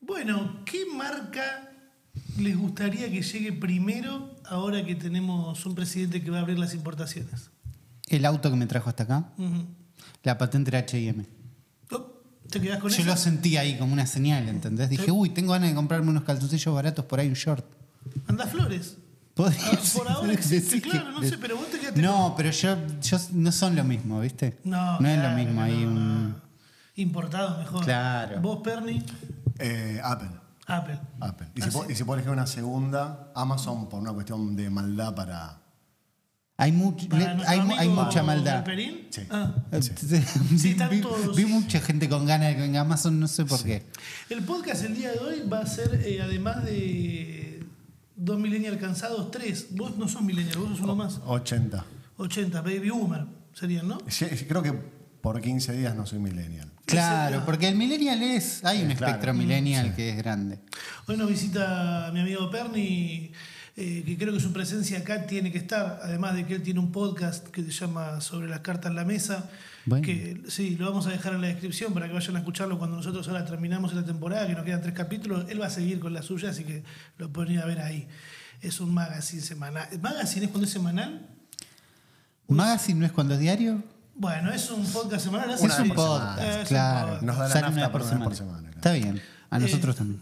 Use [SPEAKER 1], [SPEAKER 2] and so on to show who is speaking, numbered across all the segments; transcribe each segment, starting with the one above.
[SPEAKER 1] Bueno, ¿qué marca les gustaría que llegue primero ahora que tenemos un presidente que va a abrir las importaciones?
[SPEAKER 2] El auto que me trajo hasta acá, la patente era HM.
[SPEAKER 1] Oh, ¿Te quedás con
[SPEAKER 2] Yo
[SPEAKER 1] eso?
[SPEAKER 2] lo sentí ahí como una señal, ¿entendés? Dije,
[SPEAKER 1] Sí.
[SPEAKER 2] uy, tengo ganas de comprarme unos calzoncillos baratos por ahí, un short.
[SPEAKER 1] Anda Flores.
[SPEAKER 2] Podría
[SPEAKER 1] Ah, por ahora existe,
[SPEAKER 2] decir
[SPEAKER 1] claro, no
[SPEAKER 2] que-
[SPEAKER 1] sé, pero vos te quedaste
[SPEAKER 2] No, pero yo, yo no son lo mismo, ¿viste?
[SPEAKER 1] No,
[SPEAKER 2] No es lo
[SPEAKER 1] claro
[SPEAKER 2] mismo
[SPEAKER 1] que
[SPEAKER 2] ahí
[SPEAKER 1] no,
[SPEAKER 2] un.
[SPEAKER 1] no. Importado mejor.
[SPEAKER 2] Claro.
[SPEAKER 1] Vos, Perni,
[SPEAKER 3] Eh, Apple.
[SPEAKER 1] Apple.
[SPEAKER 3] Apple. Y,
[SPEAKER 1] Ah,
[SPEAKER 3] si,
[SPEAKER 1] sí.
[SPEAKER 3] po- y si pones que una segunda, Amazon por una cuestión de maldad para.
[SPEAKER 2] Hay, much-
[SPEAKER 1] Para
[SPEAKER 2] le-
[SPEAKER 1] nuestro
[SPEAKER 2] hay, mu- hay
[SPEAKER 1] amigo
[SPEAKER 2] mucha maldad.
[SPEAKER 1] Galperín.
[SPEAKER 3] Sí.
[SPEAKER 1] Ah.
[SPEAKER 3] Sí.
[SPEAKER 1] Sí,
[SPEAKER 2] vi,
[SPEAKER 1] están
[SPEAKER 2] vi-
[SPEAKER 1] todos-
[SPEAKER 2] vi mucha gente con ganas de que venga Amazon, no sé por qué.
[SPEAKER 1] El podcast el día de hoy va a ser, eh, además de dos milenios alcanzados, tres. Vos no sos millennial, vos
[SPEAKER 2] Oh.
[SPEAKER 1] sos uno más.
[SPEAKER 3] 80.
[SPEAKER 1] 80, baby boomer serían, ¿no?
[SPEAKER 3] Sí, sí, Creo que por 15 días no soy millennial.
[SPEAKER 2] Claro,
[SPEAKER 1] serio?
[SPEAKER 2] porque el millennial es. Hay un
[SPEAKER 3] claro.
[SPEAKER 2] espectro millennial que es grande.
[SPEAKER 1] Hoy nos visita mi amigo Perni, eh, que creo que su presencia acá tiene que estar, además de que él tiene un podcast que se llama Sobre las cartas en la mesa,
[SPEAKER 2] Bueno.
[SPEAKER 1] que sí, lo vamos a dejar en la descripción para que vayan a escucharlo cuando nosotros ahora terminamos la temporada, que nos quedan tres capítulos, él va a seguir con la suya, así que lo pueden ir a ver ahí. Es un magazine semanal. ¿Magazine es cuando es semanal?
[SPEAKER 2] Magazine no es cuando es diario.
[SPEAKER 1] Bueno, es un podcast semanal. hace
[SPEAKER 3] Una
[SPEAKER 2] es
[SPEAKER 3] vez
[SPEAKER 2] un
[SPEAKER 3] por Eh,
[SPEAKER 2] podcast,
[SPEAKER 1] semana. Eh, Es un
[SPEAKER 2] claro.
[SPEAKER 1] podcast.
[SPEAKER 3] Nos da la
[SPEAKER 2] Sale
[SPEAKER 3] nafta
[SPEAKER 2] una vez por
[SPEAKER 3] por una vez
[SPEAKER 2] semana.
[SPEAKER 3] por semana, claro. Eh,
[SPEAKER 2] Está bien. A nosotros también.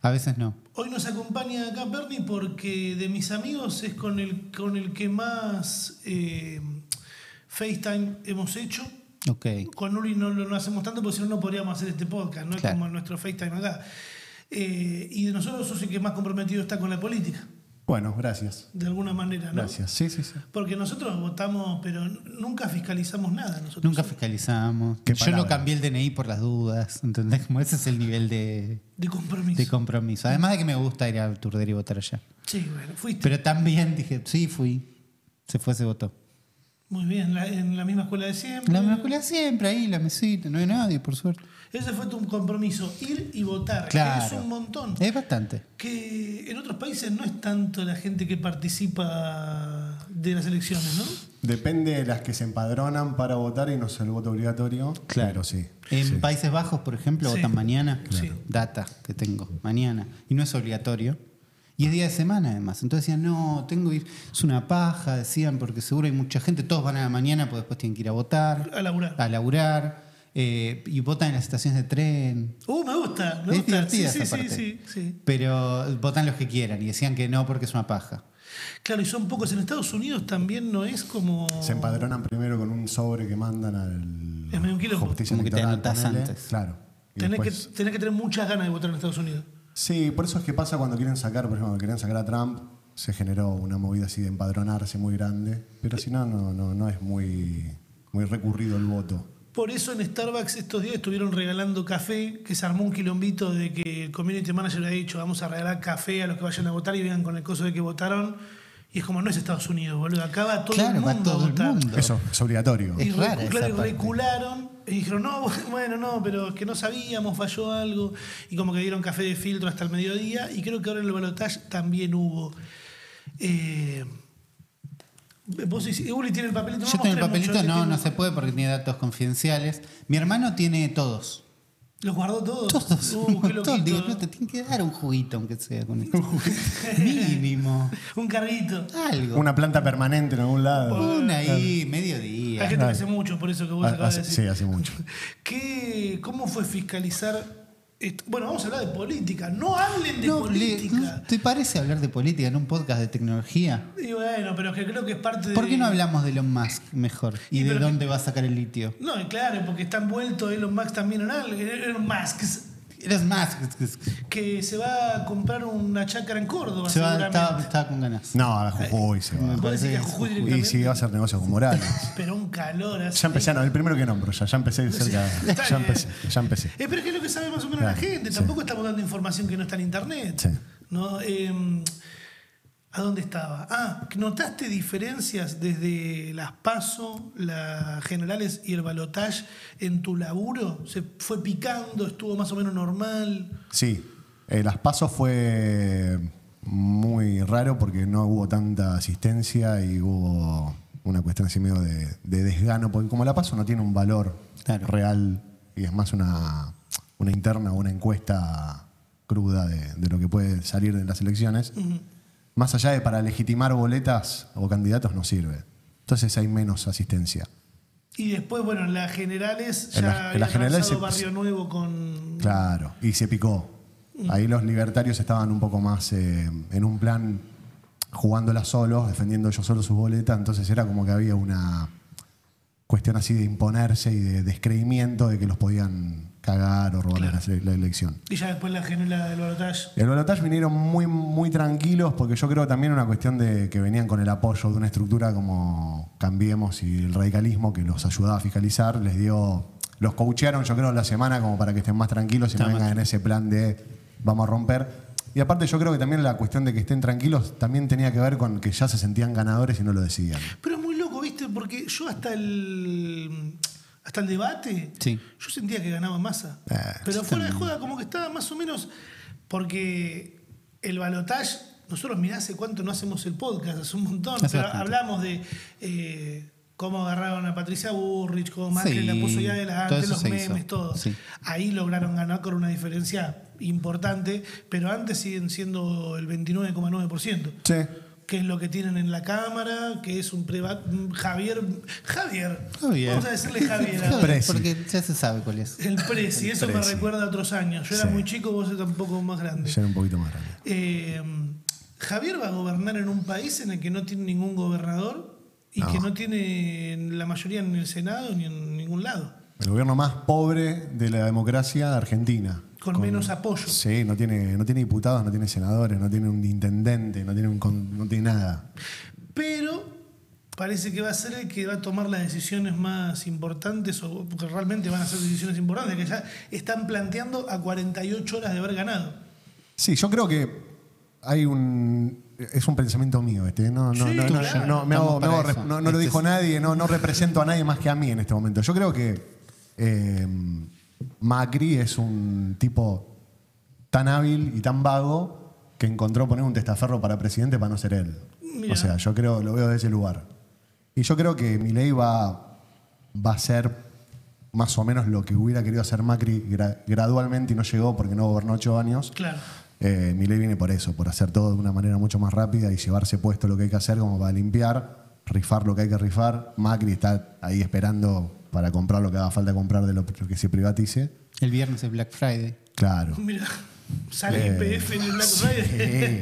[SPEAKER 2] A veces no.
[SPEAKER 1] Hoy nos acompaña acá Bernie porque de mis amigos es con el, con el que más eh, FaceTime hemos hecho.
[SPEAKER 2] Ok.
[SPEAKER 1] Con Uri no lo no hacemos tanto porque si no, no podríamos hacer este podcast, no es
[SPEAKER 2] Claro.
[SPEAKER 1] como nuestro FaceTime acá. Eh, y de nosotros sos el que más comprometido está con la política,
[SPEAKER 3] Bueno, gracias.
[SPEAKER 1] de alguna manera, ¿no?
[SPEAKER 3] Gracias. Sí, sí, sí.
[SPEAKER 1] Porque nosotros votamos, pero n- nunca fiscalizamos nada nosotros.
[SPEAKER 2] Nunca fiscalizamos.
[SPEAKER 3] Qué
[SPEAKER 2] Yo no
[SPEAKER 3] palabra.
[SPEAKER 2] cambié el DNI por las dudas. ¿Entendés? Como ese es el nivel de,
[SPEAKER 1] De compromiso.
[SPEAKER 2] de compromiso. Además de que me gusta ir al Turder y votar allá.
[SPEAKER 1] sí, bueno, fuiste.
[SPEAKER 2] Pero también dije, sí, fui. Se fue, se votó.
[SPEAKER 1] Muy bien, la- en la misma escuela de siempre.
[SPEAKER 3] Mm.
[SPEAKER 2] La escuela siempre ahí, la mesita, no hay nadie, por suerte.
[SPEAKER 1] Ese fue tu compromiso, ir y votar.
[SPEAKER 2] Claro.
[SPEAKER 1] Que es un montón.
[SPEAKER 2] Es bastante.
[SPEAKER 1] Que en otros países no es tanto la gente que participa de las elecciones, ¿no?
[SPEAKER 3] Depende de las que se empadronan para votar y no es el voto obligatorio. Pero sí.
[SPEAKER 2] En
[SPEAKER 3] sí.
[SPEAKER 2] Países Bajos, por ejemplo,
[SPEAKER 1] Sí.
[SPEAKER 2] votan mañana.
[SPEAKER 1] Sí.
[SPEAKER 2] Data que tengo, mañana. Y no es obligatorio. Y es día de semana además. Entonces decían, no, tengo que ir. Es una paja, decían, porque seguro hay mucha gente. Todos van a la mañana, porque después tienen que ir a votar,
[SPEAKER 1] A laburar.
[SPEAKER 2] a laburar. eh, y votan en las estaciones de tren.
[SPEAKER 1] Uh, me gusta, me
[SPEAKER 2] Es
[SPEAKER 1] gusta.
[SPEAKER 2] divertida
[SPEAKER 1] sí,
[SPEAKER 2] esa
[SPEAKER 1] sí,
[SPEAKER 2] parte.
[SPEAKER 1] sí, sí, sí.
[SPEAKER 2] Pero votan los que quieran. Y decían que no, porque es una paja.
[SPEAKER 1] Claro, y son pocos. En Estados Unidos también no es como.
[SPEAKER 3] Se empadronan primero con un sobre que mandan al.
[SPEAKER 1] Es medio un quilombo.
[SPEAKER 3] justicia
[SPEAKER 2] Como que te
[SPEAKER 3] electoral,
[SPEAKER 2] anotás
[SPEAKER 3] ponele.
[SPEAKER 2] antes.
[SPEAKER 3] Claro. Y
[SPEAKER 1] Tenés,
[SPEAKER 3] después-
[SPEAKER 1] que, tenés que tener muchas ganas de votar en Estados Unidos.
[SPEAKER 3] Sí, por eso es que pasa cuando quieren sacar, por ejemplo, cuando querían sacar a Trump, se generó una movida así de empadronarse muy grande. Pero si no, no, no, no es muy, muy recurrido el voto.
[SPEAKER 1] Por eso en Starbucks estos días estuvieron regalando café, que se armó un quilombito de que el community manager ha dicho, vamos a regalar café a los que vayan a votar y vengan con el coso de que votaron. Y es como, no es Estados Unidos, boludo. Acá va todo
[SPEAKER 2] Claro,
[SPEAKER 1] el
[SPEAKER 2] va
[SPEAKER 1] mundo
[SPEAKER 2] todo
[SPEAKER 1] a
[SPEAKER 2] el
[SPEAKER 1] votar.
[SPEAKER 2] mundo.
[SPEAKER 3] Eso, es obligatorio.
[SPEAKER 2] Es
[SPEAKER 1] y
[SPEAKER 2] rara
[SPEAKER 1] recu-
[SPEAKER 2] esa
[SPEAKER 1] claro, y
[SPEAKER 2] parte.
[SPEAKER 1] recularon y dijeron, no, bueno, no, pero es que no sabíamos, falló algo. Y como que dieron café de filtro hasta el mediodía. Y creo que ahora en el balotaje también hubo. Eh, vos decís, Uli tiene el papelito.
[SPEAKER 2] Yo tengo el
[SPEAKER 1] mostré
[SPEAKER 2] papelito,
[SPEAKER 1] mucho,
[SPEAKER 2] no,
[SPEAKER 1] tiene-
[SPEAKER 2] no se puede porque tiene datos confidenciales. Mi hermano tiene todos.
[SPEAKER 1] ¿Los guardó todos?
[SPEAKER 2] Todos.
[SPEAKER 1] Uh,
[SPEAKER 2] un
[SPEAKER 1] qué
[SPEAKER 2] montón.
[SPEAKER 1] loquito,
[SPEAKER 2] Digo,
[SPEAKER 1] ¿no?
[SPEAKER 2] no, te tienen que dar un juguito, aunque sea con esto. Mínimo.
[SPEAKER 1] Un carrito.
[SPEAKER 2] Algo. Una,
[SPEAKER 3] Una planta permanente en algún lado.
[SPEAKER 2] ahí,
[SPEAKER 1] Hay
[SPEAKER 2] mediodía.
[SPEAKER 1] gente que hace mucho por eso que vos
[SPEAKER 3] Ah,
[SPEAKER 1] acabas de
[SPEAKER 3] hace-
[SPEAKER 1] decir.
[SPEAKER 3] sí, hace mucho.
[SPEAKER 1] ¿Qué- ¿Cómo fue fiscalizar esto? Bueno, vamos a hablar de política. No hablen de
[SPEAKER 2] No, le-
[SPEAKER 1] política.
[SPEAKER 2] ¿Te parece hablar de política en un podcast de tecnología?
[SPEAKER 1] Y bueno, pero es que creo que es parte de.
[SPEAKER 2] ¿Por qué no hablamos de Elon Musk mejor? ¿Y,
[SPEAKER 1] Y
[SPEAKER 2] de
[SPEAKER 1] pero-
[SPEAKER 2] dónde va a sacar el litio?
[SPEAKER 1] No, y claro, porque está envuelto Elon Musk también en algo. Elon Musk
[SPEAKER 2] Elon Musk
[SPEAKER 1] que se va a comprar una chácara en Córdoba.
[SPEAKER 2] se va,
[SPEAKER 1] Pues seguramente.
[SPEAKER 2] estaba, estaba con ganas.
[SPEAKER 3] No, a Jujuy se va.
[SPEAKER 2] Me
[SPEAKER 1] Vos decís
[SPEAKER 2] parece
[SPEAKER 1] que
[SPEAKER 2] que
[SPEAKER 1] a Jujuy
[SPEAKER 3] Y
[SPEAKER 1] directamente.
[SPEAKER 3] sí, va a hacer negocios con Morales.
[SPEAKER 1] Pero un calor así.
[SPEAKER 3] Ya empecé, no, el primero que nombro, ya, ya empecé cerca.
[SPEAKER 1] Está
[SPEAKER 3] Ya
[SPEAKER 1] bien.
[SPEAKER 3] empecé, ya empecé.
[SPEAKER 1] Eh, pero es que es lo que sabe más o menos
[SPEAKER 3] Claro,
[SPEAKER 1] la gente.
[SPEAKER 3] sí.
[SPEAKER 1] Tampoco estamos dando información que no está en internet.
[SPEAKER 3] Sí.
[SPEAKER 1] ¿no? Eh, ¿A dónde estaba? Ah, ¿notaste diferencias desde las PASO, las generales y el balotage en tu laburo? ¿Se fue picando? ¿Estuvo más o menos normal?
[SPEAKER 3] Sí, eh, las pasos fue muy raro porque no hubo tanta asistencia y hubo una cuestión así medio de, de desgano, porque como la paso no tiene un valor
[SPEAKER 2] Claro.
[SPEAKER 3] real y es más una, una interna o una encuesta cruda de, de lo que puede salir de las elecciones, más allá de para legitimar boletas o candidatos no sirve. Entonces hay menos asistencia.
[SPEAKER 1] Y después, bueno, en las generales ya
[SPEAKER 3] En las- en
[SPEAKER 1] había
[SPEAKER 3] las generales
[SPEAKER 1] transado
[SPEAKER 3] se-
[SPEAKER 1] Barrio Nuevo con...
[SPEAKER 3] Claro, y se picó. Ahí los libertarios estaban un poco más eh, en un plan jugándola solos, defendiendo ellos solos sus boletas, entonces era como que había una cuestión así de imponerse y de descreimiento de que los podían cagar o robar la, la elección.
[SPEAKER 1] Y ya después la general del balotaje.
[SPEAKER 3] El balotaje vinieron muy, muy tranquilos porque yo creo también una cuestión de que venían con el apoyo de una estructura como Cambiemos y el radicalismo que los ayudaba a fiscalizar, les dio, los coachearon yo creo la semana como para que estén más tranquilos y no vengan en ese plan de vamos a romper. Y aparte yo creo que también la cuestión de que estén tranquilos también tenía que ver con que ya se sentían ganadores y no lo decían.
[SPEAKER 1] Pero es muy loco, ¿viste? Porque yo hasta el... Hasta el debate,
[SPEAKER 2] Sí.
[SPEAKER 1] yo sentía que ganaba masa.
[SPEAKER 3] Eh,
[SPEAKER 2] Ah,
[SPEAKER 1] Pero fuera de joda, como que estaba más o menos. Porque el balotage, nosotros mirá hace cuánto no hacemos el podcast, hace un montón.
[SPEAKER 2] Hace
[SPEAKER 1] pero
[SPEAKER 2] bastante.
[SPEAKER 1] hablamos de eh, cómo agarraron a Patricia Burrich, cómo Macri
[SPEAKER 2] Sí,
[SPEAKER 1] la puso ya
[SPEAKER 2] todo
[SPEAKER 1] adelante,
[SPEAKER 2] eso
[SPEAKER 1] los
[SPEAKER 2] se
[SPEAKER 1] memes,
[SPEAKER 2] hizo.
[SPEAKER 1] todo.
[SPEAKER 2] Sí.
[SPEAKER 1] Ahí lograron ganar con una diferencia importante, pero antes siguen siendo el 29,9%
[SPEAKER 3] Sí.
[SPEAKER 1] que es lo que tienen en la cámara, que es un privado... Javier, Javier,
[SPEAKER 2] Javier.
[SPEAKER 1] vamos a decirle Javier.
[SPEAKER 2] Claro,
[SPEAKER 1] ahora.
[SPEAKER 3] Presi.
[SPEAKER 2] Porque ya se sabe cuál es.
[SPEAKER 1] El Prezi, eso me
[SPEAKER 3] Prezi.
[SPEAKER 1] recuerda a otros años. Yo era
[SPEAKER 3] Sí.
[SPEAKER 1] muy chico, vos eras un poco más grande.
[SPEAKER 3] Ya era un poquito más grande.
[SPEAKER 1] Eh, Javier va a gobernar en un país en el que no tiene ningún gobernador y
[SPEAKER 3] No.
[SPEAKER 1] que no tiene la mayoría ni en el Senado ni en ningún lado,
[SPEAKER 3] El gobierno más pobre de la democracia argentina.
[SPEAKER 1] con, menos apoyo.
[SPEAKER 3] Sí, no tiene, no tiene diputados, no tiene senadores, no tiene un intendente, no tiene, un, con- no tiene nada.
[SPEAKER 1] Pero parece que va a ser el que va a tomar las decisiones más importantes, o porque realmente van a ser decisiones importantes, que ya están planteando a 48 horas de haber ganado.
[SPEAKER 3] Sí, yo creo que hay un. Es un pensamiento mío este. No, no,
[SPEAKER 1] Sí,
[SPEAKER 3] no, no,
[SPEAKER 1] claro.
[SPEAKER 3] no, me hago-
[SPEAKER 2] Estamos
[SPEAKER 3] me hago
[SPEAKER 2] para
[SPEAKER 3] re-
[SPEAKER 2] eso.
[SPEAKER 3] no- no lo
[SPEAKER 2] Este
[SPEAKER 3] dijo
[SPEAKER 2] es-
[SPEAKER 3] nadie, no, no represento a nadie más que a mí en este momento. Yo creo que eh, Macri es un tipo tan hábil y tan vago que encontró poner un testaferro para presidente para no ser él.
[SPEAKER 1] Mirá.
[SPEAKER 3] O sea, yo creo, lo veo desde ese lugar. Y yo creo que Milei va, va a ser más o menos lo que hubiera querido hacer Macri gra- gradualmente y no llegó porque no gobernó ocho años.
[SPEAKER 1] Claro.
[SPEAKER 3] Eh, Milei viene por eso, por hacer todo de una manera mucho más rápida y llevarse puesto lo que hay que hacer como para limpiar, rifar lo que hay que rifar. Macri está ahí esperando para comprar lo que haga falta comprar de lo que se privatice.
[SPEAKER 2] El viernes es Black Friday.
[SPEAKER 3] Claro.
[SPEAKER 1] Mira, sale
[SPEAKER 3] Eh,
[SPEAKER 1] IPF en el Black Friday.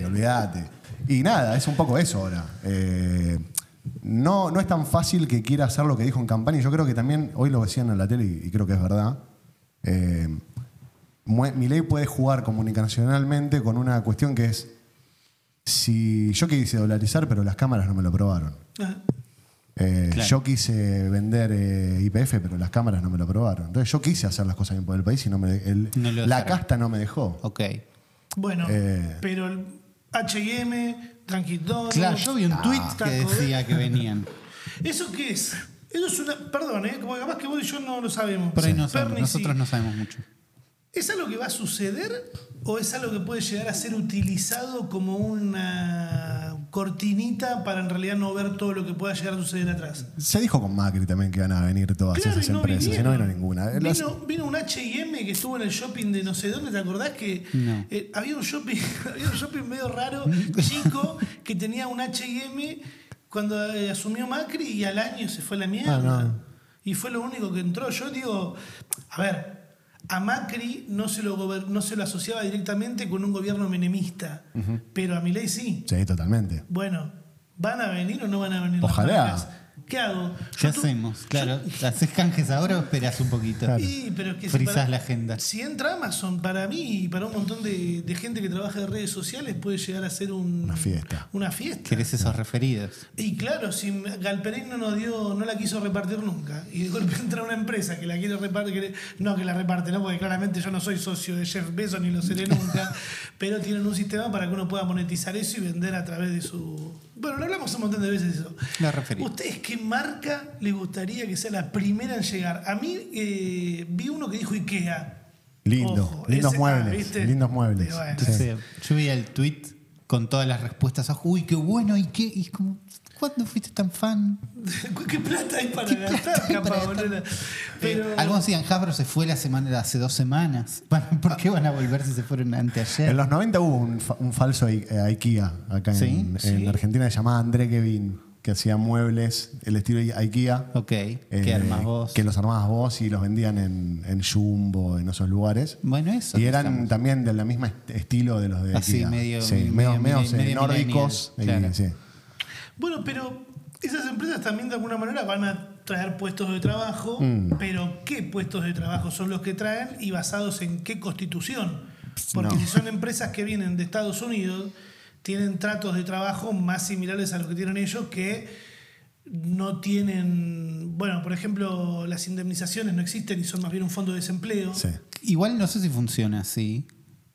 [SPEAKER 3] Sí, olvídate. Y nada, es un poco eso ahora. Eh, no, no es tan fácil que quiera hacer lo que dijo en campaña. y Yo creo que también, hoy lo decían en la tele y, y creo que es verdad. Eh, mue- Milei puede jugar comunicacionalmente con una cuestión que es: si yo quise dolarizar, pero las cámaras no me lo aprobaron.
[SPEAKER 1] Ah,
[SPEAKER 3] Eh,
[SPEAKER 2] Claro.
[SPEAKER 3] Yo quise vender eh, IPF, pero las cámaras no me lo aprobaron. Entonces, yo quise hacer las cosas bien por el país y no me, el-
[SPEAKER 2] No lo
[SPEAKER 3] la
[SPEAKER 2] dejaron.
[SPEAKER 3] casta no me dejó.
[SPEAKER 2] Ok.
[SPEAKER 1] Bueno,
[SPEAKER 3] Eh.
[SPEAKER 1] pero el HM, Tranquitón.
[SPEAKER 2] Claro, yo vi un tweet que
[SPEAKER 1] ¿eh?
[SPEAKER 2] decía que venían.
[SPEAKER 1] ¿Eso qué es? Eso es una. Perdón, ¿eh? Como capaz que vos y yo no lo sabemos.
[SPEAKER 2] Por ahí no sabemos,
[SPEAKER 1] Perni, sí.
[SPEAKER 2] nosotros no sabemos mucho.
[SPEAKER 1] ¿Es algo que va a suceder o es algo que puede llegar a ser utilizado como una cortinita para en realidad no ver todo lo que pueda llegar a suceder atrás?
[SPEAKER 3] Se dijo con Macri también que van a venir todas
[SPEAKER 1] Claro,
[SPEAKER 3] esas
[SPEAKER 1] y no
[SPEAKER 3] empresas, y no
[SPEAKER 1] vinieron.
[SPEAKER 3] vino ninguna. Las-
[SPEAKER 1] Vino, vino un HM que estuvo en el shopping de no sé dónde, ¿te acordás que
[SPEAKER 2] No.
[SPEAKER 1] eh, había, un shopping, había un shopping medio raro, chico, que tenía un HM cuando eh, asumió Macri y al año se fue a la mierda?
[SPEAKER 3] Ah, no.
[SPEAKER 1] Y fue lo único que entró. Yo digo, a ver, a Macri no se lo, gober- no se lo asociaba directamente con un gobierno menemista, pero a Milei sí.
[SPEAKER 3] Sí, totalmente.
[SPEAKER 1] Bueno, ¿van a venir o no van a venir? las
[SPEAKER 3] Ojalá.
[SPEAKER 1] marcas? ¿Qué hago?
[SPEAKER 2] ¿Qué
[SPEAKER 1] Yo tu-
[SPEAKER 2] hacemos? Claro, ¿haces canjes ahora o esperas un poquito?
[SPEAKER 3] Claro.
[SPEAKER 1] Y, pero es que
[SPEAKER 2] Frisás
[SPEAKER 1] para-
[SPEAKER 2] la agenda.
[SPEAKER 1] Si entra Amazon, para mí y para un montón de, de gente que trabaja de redes sociales, puede llegar a ser un-
[SPEAKER 3] Una fiesta.
[SPEAKER 1] Una fiesta.
[SPEAKER 2] ¿Querés esos referidos?
[SPEAKER 1] Y claro, si Galperín no nos dio, no la quiso repartir nunca, y de golpe entra una empresa que la quiere repartir, que le- no que la reparte, no, porque claramente yo no soy socio de Jeff Bezos ni lo seré nunca, pero tienen un sistema para que uno pueda monetizar eso y vender a través de su. Bueno, lo hablamos un montón de veces eso.
[SPEAKER 2] Los referidos.
[SPEAKER 1] ¿Ustedes qué marca les gustaría que sea la primera en llegar? A mí eh, vi uno que dijo IKEA.
[SPEAKER 3] Lindo,
[SPEAKER 1] Ojo,
[SPEAKER 3] lindos
[SPEAKER 1] ese- ah,
[SPEAKER 3] muebles.
[SPEAKER 1] ¿viste?
[SPEAKER 3] lindos muebles.
[SPEAKER 1] Pero bueno.
[SPEAKER 2] Yo sé, Yo vi el tweet con todas las respuestas. "Ah, Uy, qué bueno, y qué. Y es como, ¿Cuándo fuiste tan fan? Eh,
[SPEAKER 1] ¿Qué plata hay para
[SPEAKER 2] ¿Qué plata
[SPEAKER 1] gastar,
[SPEAKER 2] hay para
[SPEAKER 1] capaz,
[SPEAKER 2] gastar? Eh,
[SPEAKER 1] boludo? Pero,
[SPEAKER 2] Algunos decían, Jabro se fue la semana, hace dos semanas. Van- ¿Por qué van a volver si se fueron anteayer?
[SPEAKER 3] En los 90 hubo un, fa- un falso I- eh, IKEA acá en,
[SPEAKER 2] Sí,
[SPEAKER 3] en Argentina que se llamaba André Kevin, que hacía muebles, el estilo I- IKEA.
[SPEAKER 2] Ok, ¿qué
[SPEAKER 3] eh,
[SPEAKER 2] armas vos?
[SPEAKER 3] Que los armabas vos y los vendían en, en Jumbo, en esos lugares.
[SPEAKER 2] Bueno, eso.
[SPEAKER 3] Y eran también del mismo est- estilo de los de
[SPEAKER 2] Así,
[SPEAKER 3] IKEA.
[SPEAKER 2] medio-
[SPEAKER 3] Sí,
[SPEAKER 2] medio-
[SPEAKER 3] medio,
[SPEAKER 2] medio-
[SPEAKER 3] medio, eh,
[SPEAKER 2] medio
[SPEAKER 3] nórdicos.
[SPEAKER 2] millennial,
[SPEAKER 3] eh,
[SPEAKER 2] claro.
[SPEAKER 3] sí.
[SPEAKER 1] bueno, pero esas empresas también de alguna manera van a traer puestos de trabajo,
[SPEAKER 2] Mm.
[SPEAKER 1] pero ¿qué puestos de trabajo son los que traen y basados en qué constitución? Porque
[SPEAKER 3] No.
[SPEAKER 1] si son empresas que vienen de Estados Unidos, tienen tratos de trabajo más similares a los que tienen ellos que no tienen, bueno, por ejemplo, las indemnizaciones no existen y son más bien un fondo de desempleo.
[SPEAKER 3] Sí.
[SPEAKER 2] Igual no sé si funciona así.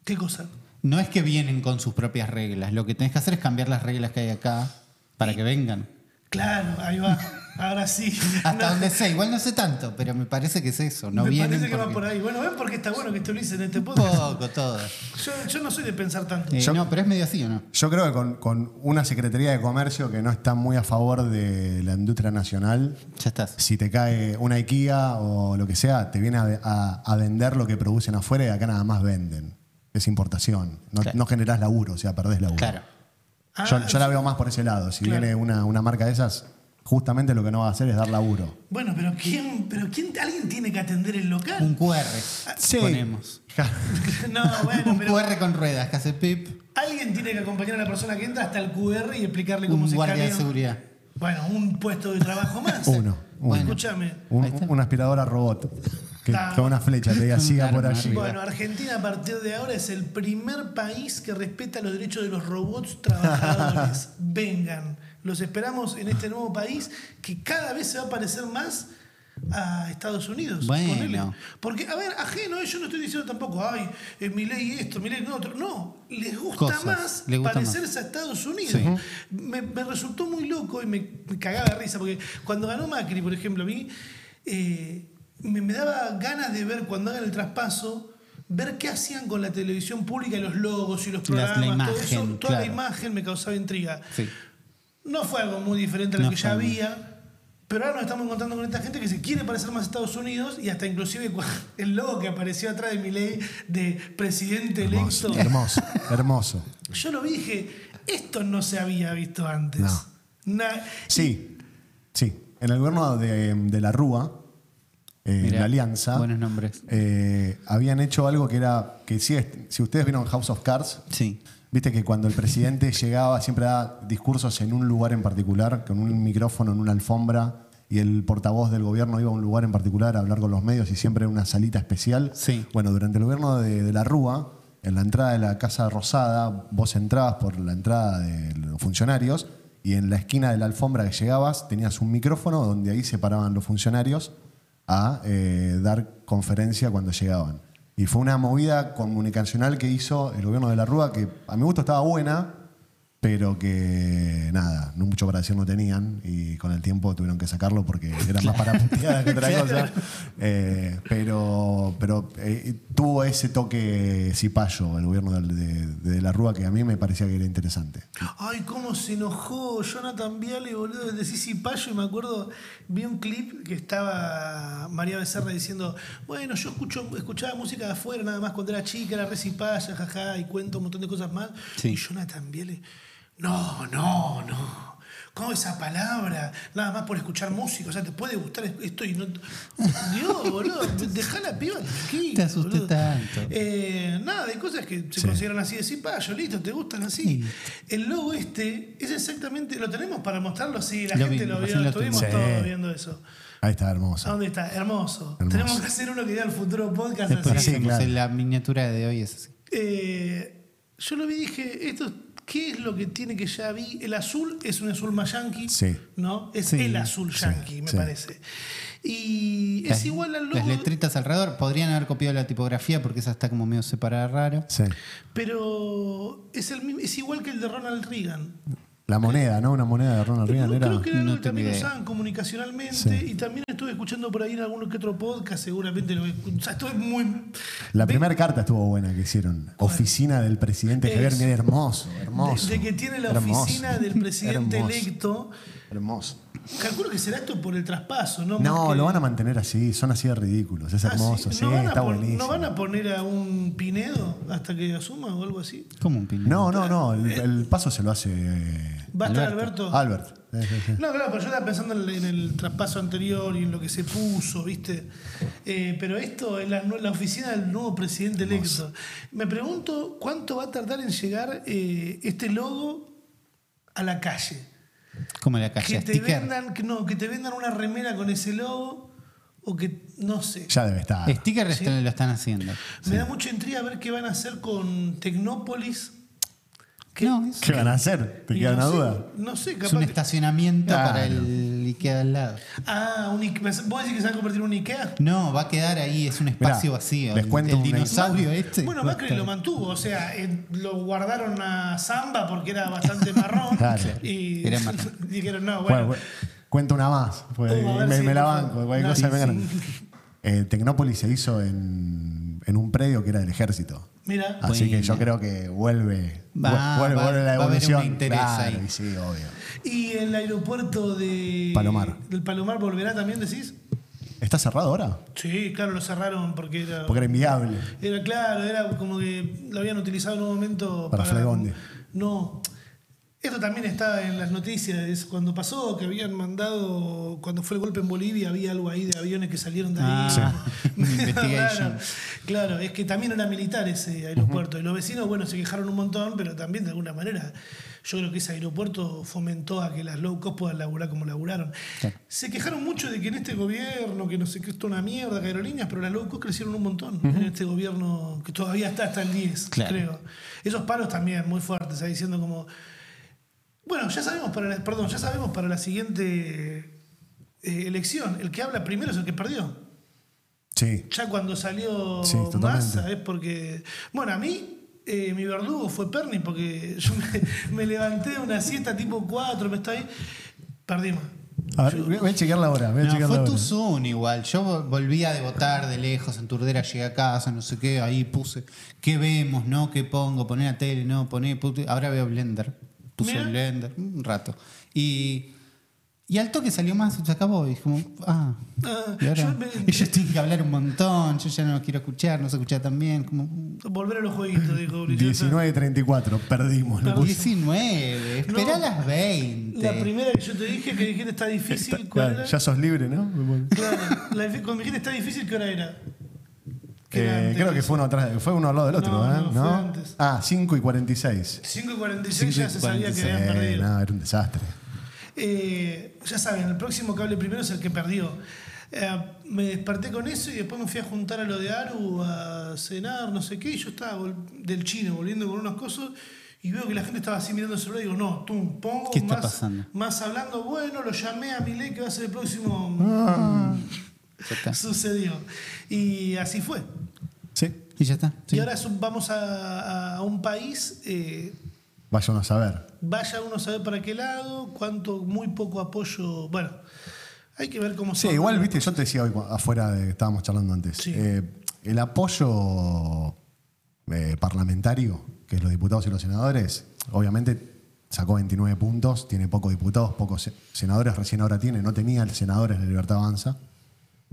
[SPEAKER 1] ¿Qué cosa?
[SPEAKER 2] No es que vienen con sus propias reglas. Lo que tenés que hacer es cambiar las reglas que hay acá para que vengan.
[SPEAKER 1] Claro, ahí va. Ahora sí.
[SPEAKER 2] Hasta
[SPEAKER 1] No.
[SPEAKER 2] donde sé. Igual no sé tanto, pero me parece que es eso. No
[SPEAKER 1] Me
[SPEAKER 2] vienen
[SPEAKER 1] parece que va
[SPEAKER 2] porque-
[SPEAKER 1] por ahí. Bueno, ven porque está bueno que esté Ulises en este
[SPEAKER 2] Un
[SPEAKER 1] podcast.
[SPEAKER 2] poco, todo.
[SPEAKER 1] Yo, yo no soy de pensar tanto.
[SPEAKER 2] Eh,
[SPEAKER 3] Yo-
[SPEAKER 2] No, pero es medio así, ¿o no?
[SPEAKER 3] Yo creo que con, con una Secretaría de Comercio que no está muy a favor de la industria nacional,
[SPEAKER 2] Ya estás.
[SPEAKER 3] si te cae una IKEA o lo que sea, te viene a, a- a vender lo que producen afuera y acá nada más venden. Es importación. No,
[SPEAKER 2] Claro.
[SPEAKER 3] no generás laburo, o sea, perdés laburo.
[SPEAKER 2] Claro.
[SPEAKER 1] Ah,
[SPEAKER 3] Yo, yo la veo más por ese lado. Si
[SPEAKER 1] Claro.
[SPEAKER 3] viene una, una marca de esas, justamente lo que no va a hacer es dar laburo.
[SPEAKER 1] Bueno, pero quién, pero quién, alguien tiene que atender el
[SPEAKER 2] Un
[SPEAKER 1] local.
[SPEAKER 2] QR.
[SPEAKER 3] Sí.
[SPEAKER 2] Ponemos.
[SPEAKER 1] No,
[SPEAKER 2] Un
[SPEAKER 1] bueno, pero
[SPEAKER 2] QR con ruedas que hace pip.
[SPEAKER 1] alguien tiene que acompañar a la persona que entra hasta el QR y explicarle cómo
[SPEAKER 2] Un
[SPEAKER 1] se
[SPEAKER 2] guardia de
[SPEAKER 1] escanea.
[SPEAKER 2] seguridad.
[SPEAKER 1] Bueno, un puesto de trabajo más.
[SPEAKER 3] Uno, uno.
[SPEAKER 1] Escúchame.
[SPEAKER 3] Un-
[SPEAKER 2] Ahí está.
[SPEAKER 3] una aspiradora robot. Que
[SPEAKER 1] Ah.
[SPEAKER 3] con una flecha te diga,
[SPEAKER 2] Un
[SPEAKER 3] siga
[SPEAKER 2] arma
[SPEAKER 3] por allí.
[SPEAKER 2] arriba.
[SPEAKER 1] Bueno, Argentina a partir de ahora es el primer país que respeta los derechos de los robots trabajadores. Vengan, los esperamos en este nuevo país que cada vez se va a parecer más a Estados Unidos.
[SPEAKER 2] Bueno.
[SPEAKER 1] ponele. Porque, a ver, ajeno, eh, yo no estoy diciendo tampoco, ay, eh, mi ley esto, mi ley lo otro. No, les gusta
[SPEAKER 2] Cosas,
[SPEAKER 1] más
[SPEAKER 2] les gusta más.
[SPEAKER 1] parecerse a Estados Unidos.
[SPEAKER 2] Sí.
[SPEAKER 1] Me, me resultó muy loco y me, me cagaba de risa, porque cuando ganó Macri, por ejemplo, a mí, eh, me, me daba ganas de ver cuando hagan el traspaso, ver qué hacían con la televisión pública, los logos y los
[SPEAKER 2] La- la
[SPEAKER 1] programas, todo eso,
[SPEAKER 2] imagen,
[SPEAKER 1] toda la
[SPEAKER 2] claro.
[SPEAKER 1] imagen me causaba intriga.
[SPEAKER 2] Sí.
[SPEAKER 1] No fue algo muy diferente a lo
[SPEAKER 2] No
[SPEAKER 1] que ya
[SPEAKER 2] fue muy-
[SPEAKER 1] había. Pero ahora nos estamos encontrando con esta gente que se quiere parecer más a Estados Unidos y hasta inclusive cua- el logo que apareció atrás de mi ley de presidente
[SPEAKER 3] Hermoso,
[SPEAKER 1] electo.
[SPEAKER 3] hermoso, hermoso.
[SPEAKER 1] Yo lo vi y dije, esto no se había visto antes.
[SPEAKER 3] No.
[SPEAKER 1] Na-
[SPEAKER 3] Sí, sí. En el gobierno de, de la Rúa, eh,
[SPEAKER 2] Mirá,
[SPEAKER 3] la Alianza,
[SPEAKER 2] buenos nombres.
[SPEAKER 3] eh, habían hecho algo que era, que si, es- si ustedes vieron House of Cards,
[SPEAKER 2] Sí.
[SPEAKER 3] viste que cuando el presidente llegaba siempre daba discursos en un lugar en particular, con un micrófono en una alfombra, y el portavoz del gobierno iba a un lugar en particular a hablar con los medios y siempre en una salita especial.
[SPEAKER 2] Sí.
[SPEAKER 3] Bueno, durante el gobierno de, de la Rúa, en la entrada de la Casa Rosada, vos entrabas por la entrada de los funcionarios y en la esquina de la alfombra que llegabas tenías un micrófono donde ahí se paraban los funcionarios a eh, dar conferencia cuando llegaban. Y fue una movida comunicacional que hizo el gobierno de la Rúa que a mi gusto estaba buena, pero que nada, no mucho para decir no tenían y con el tiempo tuvieron que sacarlo porque era más para puteadas que otra cosa. Eh, pero pero eh, tuvo ese toque cipayo el gobierno del- de, de la Rúa que a mí me parecía que era interesante.
[SPEAKER 1] Ay, cómo se enojó Jonathan Viale, boludo, de Sisi Payo. Y me acuerdo, vi un clip que estaba María Becerra diciendo: Bueno, yo escucho, escuchaba música de afuera nada más cuando era chica, era recipaya, jaja, y cuento un montón de cosas más.
[SPEAKER 2] Sí.
[SPEAKER 1] Y Jonathan Viale: No, no, no. ¿Cómo esa palabra? Nada más por escuchar música. O sea, te puede gustar esto y no. Dios, boludo, dejá la piba tranquila.
[SPEAKER 2] Te asusté
[SPEAKER 1] boludo.
[SPEAKER 2] tanto.
[SPEAKER 1] Eh, nada, hay cosas que se
[SPEAKER 3] Sí.
[SPEAKER 1] consideran así de cipayo, listo, te gustan así.
[SPEAKER 2] Sí.
[SPEAKER 1] El logo este es exactamente. ¿Lo tenemos para mostrarlo? Sí, la
[SPEAKER 2] Lo
[SPEAKER 1] gente
[SPEAKER 2] vi,
[SPEAKER 1] lo vio,
[SPEAKER 2] recién lo
[SPEAKER 1] estuvimos
[SPEAKER 3] tuvimos.
[SPEAKER 1] todos
[SPEAKER 3] Sí.
[SPEAKER 1] viendo eso.
[SPEAKER 3] Ahí está,
[SPEAKER 1] ¿A
[SPEAKER 3] hermoso.
[SPEAKER 1] dónde está? Hermoso.
[SPEAKER 3] Hermoso.
[SPEAKER 1] Tenemos que hacer uno que dé al futuro podcast
[SPEAKER 2] Después
[SPEAKER 1] así.
[SPEAKER 3] Sí,
[SPEAKER 2] hacemos
[SPEAKER 3] claro.
[SPEAKER 2] la miniatura de hoy es así.
[SPEAKER 1] Eh, yo lo vi y dije, esto. ¿Qué es lo que tiene que ya vi? El azul es un azul más yanqui,
[SPEAKER 3] Sí.
[SPEAKER 1] ¿no? Es
[SPEAKER 2] Sí,
[SPEAKER 1] el azul
[SPEAKER 3] sí,
[SPEAKER 1] yanqui, me
[SPEAKER 3] sí.
[SPEAKER 1] parece. Y es
[SPEAKER 2] Las-
[SPEAKER 1] igual al
[SPEAKER 2] Las
[SPEAKER 1] logo,
[SPEAKER 2] letritas alrededor podrían haber copiado la tipografía porque esa está como medio separada raro.
[SPEAKER 3] Sí.
[SPEAKER 1] pero es, el, mismo- es igual que el de Ronald Reagan.
[SPEAKER 3] La moneda, ¿no? Una moneda de Ronald Reagan
[SPEAKER 1] Creo-
[SPEAKER 3] era.
[SPEAKER 1] Creo que era algo
[SPEAKER 2] No
[SPEAKER 1] que
[SPEAKER 2] tengo
[SPEAKER 1] también
[SPEAKER 2] idea.
[SPEAKER 1] usaban comunicacionalmente
[SPEAKER 3] Sí.
[SPEAKER 1] y también estuve escuchando por ahí en algún que otro podcast, seguramente lo escu- o sea, estuve muy...
[SPEAKER 3] La
[SPEAKER 1] de-
[SPEAKER 3] primera carta estuvo buena que hicieron. Oficina del presidente
[SPEAKER 1] Es-
[SPEAKER 3] Javier Milei. hermoso, hermoso.
[SPEAKER 1] de, de que tiene la
[SPEAKER 3] Hermoso.
[SPEAKER 1] oficina del presidente
[SPEAKER 3] Hermoso.
[SPEAKER 1] electo.
[SPEAKER 3] Hermoso.
[SPEAKER 1] Calculo que será esto por el traspaso, ¿no? Más
[SPEAKER 3] No,
[SPEAKER 1] que-
[SPEAKER 3] lo van a mantener así, son así de ridículos, es
[SPEAKER 1] Ah, sí.
[SPEAKER 3] hermoso, sí,
[SPEAKER 1] ¿No van a
[SPEAKER 3] está
[SPEAKER 1] pon-
[SPEAKER 3] buenísimo.
[SPEAKER 1] ¿No van a poner a un Pinedo hasta que asuma o algo así?
[SPEAKER 2] Como un piñón.
[SPEAKER 3] No, no, no, el, el paso se lo hace eh,
[SPEAKER 1] ¿Va a estar
[SPEAKER 2] Alberto.
[SPEAKER 1] Alberto?
[SPEAKER 3] Albert. Sí, sí, sí.
[SPEAKER 1] No, claro, pero yo estaba pensando en el, en el traspaso anterior y en lo que se puso, ¿viste? Eh, pero esto es la, la oficina del nuevo presidente electo. Me pregunto cuánto va a tardar en llegar eh, este logo a la calle.
[SPEAKER 2] Como la calle
[SPEAKER 1] Que te,
[SPEAKER 2] sticker.
[SPEAKER 1] vendan, que no, que te vendan una remera con ese logo o que, no sé.
[SPEAKER 3] Ya debe estar.
[SPEAKER 2] Sticker est- lo están haciendo.
[SPEAKER 1] Me da mucha intriga ver qué van a hacer con Tecnópolis. ¿Qué?
[SPEAKER 2] No, es,
[SPEAKER 3] ¿Qué van a hacer? ¿Te
[SPEAKER 1] Y
[SPEAKER 3] queda
[SPEAKER 1] no
[SPEAKER 3] una
[SPEAKER 1] sé,
[SPEAKER 3] duda?
[SPEAKER 1] No sé,
[SPEAKER 2] es
[SPEAKER 1] capaz.
[SPEAKER 2] un
[SPEAKER 1] que-
[SPEAKER 2] estacionamiento para
[SPEAKER 3] Claro.
[SPEAKER 2] el Ikea al lado.
[SPEAKER 1] Ah, un Ikea. ¿Vos decís que se va a convertir en un Ikea?
[SPEAKER 2] No, va a quedar ahí, es un espacio
[SPEAKER 3] Mirá,
[SPEAKER 2] vacío.
[SPEAKER 3] les
[SPEAKER 2] El-
[SPEAKER 3] cuento
[SPEAKER 2] el
[SPEAKER 3] una-
[SPEAKER 2] dinosaurio este.
[SPEAKER 1] Bueno,
[SPEAKER 2] va a
[SPEAKER 1] Macri
[SPEAKER 2] estar-
[SPEAKER 1] lo mantuvo, o sea, eh, lo guardaron a Zamba porque era bastante marrón.
[SPEAKER 3] Claro.
[SPEAKER 1] Y
[SPEAKER 2] Era marrón.
[SPEAKER 1] dijeron, no,
[SPEAKER 3] Bueno,
[SPEAKER 1] bueno.
[SPEAKER 3] bueno, cuento una más, pues,
[SPEAKER 1] Uh, a ver
[SPEAKER 3] me,
[SPEAKER 1] si-
[SPEAKER 3] me la banco, cualquier
[SPEAKER 1] No,
[SPEAKER 3] cosa
[SPEAKER 1] sí,
[SPEAKER 3] me ganan. Eh, Tecnópolis se hizo en, en un predio que era del ejército.
[SPEAKER 1] Mira,
[SPEAKER 3] Así que yo
[SPEAKER 2] Buena.
[SPEAKER 3] creo que vuelve,
[SPEAKER 2] Va,
[SPEAKER 3] vuelve,
[SPEAKER 2] va-
[SPEAKER 3] vuelve la
[SPEAKER 2] va a haber un
[SPEAKER 3] evolución.
[SPEAKER 2] interés
[SPEAKER 3] Claro,
[SPEAKER 2] ahí.
[SPEAKER 3] y sí, obvio.
[SPEAKER 1] y el aeropuerto de.
[SPEAKER 3] Palomar.
[SPEAKER 1] ¿Del Palomar volverá también, decís?
[SPEAKER 3] ¿Está cerrado ahora?
[SPEAKER 1] Sí, claro, lo cerraron porque era.
[SPEAKER 3] Porque era inviable.
[SPEAKER 1] Era claro, era como que lo habían utilizado en un momento
[SPEAKER 3] Para Flegonde.
[SPEAKER 1] No. Esto también está en las noticias. es cuando pasó que habían mandado, cuando fue el golpe en Bolivia, había algo ahí de aviones que salieron de ahí.
[SPEAKER 2] Ah,
[SPEAKER 1] Medio
[SPEAKER 2] investigation.
[SPEAKER 1] raro. Claro, es que también era militar ese aeropuerto. Y los vecinos, bueno, se quejaron un montón, pero también de alguna manera yo creo que ese aeropuerto fomentó a que las low cost puedan laburar como laburaron.
[SPEAKER 2] Claro.
[SPEAKER 1] Se quejaron mucho de que en este gobierno, que no sé qué, esto es una mierda, que aerolíneas, pero las low cost crecieron un montón en este gobierno que todavía está hasta el 10,
[SPEAKER 2] Claro.
[SPEAKER 1] creo. Esos paros también muy fuertes, ahí diciendo como... Bueno, ya sabemos para la, perdón, ya sabemos para la siguiente eh, elección, el que habla primero es el que perdió.
[SPEAKER 3] Sí.
[SPEAKER 1] Ya cuando salió
[SPEAKER 3] Sí, totalmente.
[SPEAKER 1] Massa es porque... Bueno, a mí eh, mi verdugo fue Perni porque yo me, me levanté de una siesta tipo 4, me estoy... Perdimos.
[SPEAKER 3] A ver, voy- voy a chequear la hora. Voy a
[SPEAKER 2] No,
[SPEAKER 3] chequear
[SPEAKER 2] fue
[SPEAKER 3] la
[SPEAKER 2] tu
[SPEAKER 3] hora.
[SPEAKER 2] Zoom igual. Yo vol- volvía de votar de lejos, en Turdera llegué a casa, no sé qué, ahí puse, ¿qué vemos? ¿No? ¿Qué pongo? Poné la tele, no, poné... pute- Ahora veo Blender. Puse
[SPEAKER 1] Mirá.
[SPEAKER 2] Blender, un rato. Y, y al toque salió más, se acabó. Y es como, ah...
[SPEAKER 1] Ah,
[SPEAKER 2] Y, ahora-
[SPEAKER 1] yo me-
[SPEAKER 2] y yo tengo que hablar un montón, yo ya no lo quiero escuchar, no se escucha tan bien, como
[SPEAKER 1] Volver a los jueguitos, dijo Brillante.
[SPEAKER 3] 19.34, perdimos. lo
[SPEAKER 1] Perdí.
[SPEAKER 3] puse.
[SPEAKER 2] 19, esperá las 20.
[SPEAKER 1] La primera que yo te dije que dijiste está difícil, ¿cuál
[SPEAKER 3] Claro,
[SPEAKER 1] era?
[SPEAKER 3] ya sos libre, ¿no? Eh,
[SPEAKER 1] Claro, la difi- cuando me dijiste está difícil, ¿qué hora era? ¿Qué era
[SPEAKER 3] Eh,
[SPEAKER 1] antes?
[SPEAKER 3] creo que fue uno, atrás, fue uno al lado del otro,
[SPEAKER 1] No,
[SPEAKER 3] ¿eh?
[SPEAKER 1] no, fue antes.
[SPEAKER 3] Ah, 5 y 46.
[SPEAKER 1] 5 y 46 ya se sabía que habían
[SPEAKER 3] Eh,
[SPEAKER 1] perdido.
[SPEAKER 3] no, era un desastre.
[SPEAKER 1] Eh, ya saben, el próximo cable primero es el que perdió. Eh, me desperté con eso y después me fui a juntar a lo de Aru a cenar, no sé qué, y yo estaba vol- del chino volviendo con unos cosos y veo que la gente estaba así mirando el celular y digo, no, tú, pongo
[SPEAKER 2] ¿Qué está
[SPEAKER 1] más,
[SPEAKER 2] pasando?
[SPEAKER 1] más hablando, bueno, lo llamé a Milei que va a ser el próximo...
[SPEAKER 2] Ya está.
[SPEAKER 1] Sucedió. Y así fue.
[SPEAKER 3] Sí.
[SPEAKER 2] Y ya está. sí.
[SPEAKER 1] Y ahora su- vamos a, a un país, eh,
[SPEAKER 3] Vaya uno a saber.
[SPEAKER 1] vaya uno a saber para qué lado, cuánto, muy poco apoyo. Bueno, hay que ver cómo
[SPEAKER 3] Sí,
[SPEAKER 1] son.
[SPEAKER 3] igual, viste, yo te decía hoy cu- afuera de que estábamos charlando antes.
[SPEAKER 1] Sí.
[SPEAKER 3] eh, el apoyo eh, parlamentario, que es los diputados y los senadores, obviamente sacó 29 puntos, tiene pocos diputados, pocos se- senadores, recién ahora tiene, no tenía senadores de Libertad Avanza.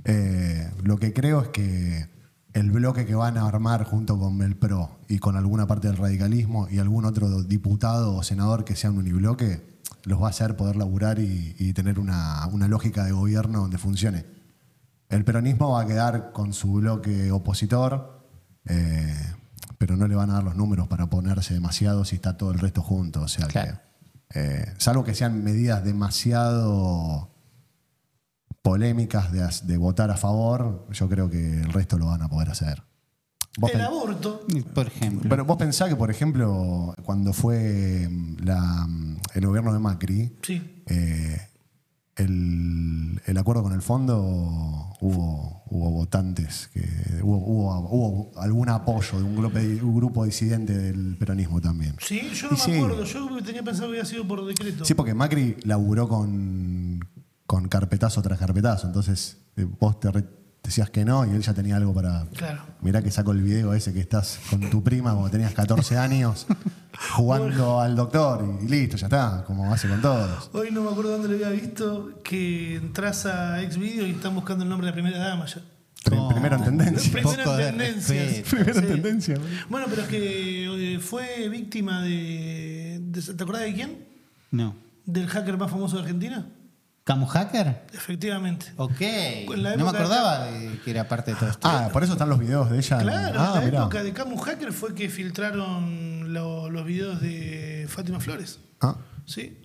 [SPEAKER 3] Eh, lo que creo es que el bloque que van a armar junto con el PRO y con alguna parte del radicalismo y algún otro diputado o senador que sea un unibloque, los va a hacer poder laburar y, y tener una, una lógica de gobierno donde funcione. El peronismo va a quedar con su bloque opositor, eh, pero no le van a dar los números para ponerse demasiado si está todo el resto junto. O sea que,
[SPEAKER 2] Claro.
[SPEAKER 3] eh, salvo que sean medidas demasiado polémicas de, as- de votar a favor, yo creo que el resto lo van a poder hacer. Vos
[SPEAKER 1] El
[SPEAKER 3] pen-
[SPEAKER 1] aborto.
[SPEAKER 2] Por ejemplo.
[SPEAKER 3] pero vos pensás que, por ejemplo, cuando fue mm, la, mm, el gobierno de Macri,
[SPEAKER 1] Sí.
[SPEAKER 3] eh, el, el acuerdo con el fondo hubo, hubo votantes, que hubo, hubo- hubo algún apoyo de un grupo, un grupo disidente del peronismo también.
[SPEAKER 1] Sí, yo no
[SPEAKER 3] Y
[SPEAKER 1] me
[SPEAKER 3] sí.
[SPEAKER 1] acuerdo. Yo tenía pensado que había sido por decreto.
[SPEAKER 3] Sí, porque Macri laburó con, con carpetazo tras carpetazo, entonces eh, vos te re- decías que no y él ya tenía algo para...
[SPEAKER 1] Claro.
[SPEAKER 3] Mirá que saco el video ese que estás con tu prima cuando tenías 14 años jugando al doctor y, y listo, ya está, como hace con todos.
[SPEAKER 1] Hoy no me acuerdo dónde lo había visto, que entras a Xvideo y están buscando el nombre de la primera dama ya.
[SPEAKER 3] Pri-
[SPEAKER 2] Oh.
[SPEAKER 3] primero en tendencia.
[SPEAKER 1] Primero en
[SPEAKER 2] poco de
[SPEAKER 1] tendencias.
[SPEAKER 2] respeto.
[SPEAKER 3] Primero en
[SPEAKER 1] Sí.
[SPEAKER 3] tendencia. boludo.
[SPEAKER 1] Bueno, pero es que eh, fue víctima de, de- ¿Te acordás de quién?
[SPEAKER 2] No.
[SPEAKER 1] ¿Del hacker más famoso de Argentina?
[SPEAKER 2] ¿Camu Hacker?
[SPEAKER 1] Efectivamente.
[SPEAKER 2] Ok.
[SPEAKER 1] la
[SPEAKER 2] No me
[SPEAKER 1] época-
[SPEAKER 2] acordaba de que era parte de todo esto.
[SPEAKER 3] Ah, por eso están los videos de ella.
[SPEAKER 1] Claro,
[SPEAKER 3] ah,
[SPEAKER 1] en la
[SPEAKER 3] mirá.
[SPEAKER 1] época de Camus Hacker fue que filtraron lo- los videos de Fátima Flores.
[SPEAKER 3] Ah,
[SPEAKER 1] Sí.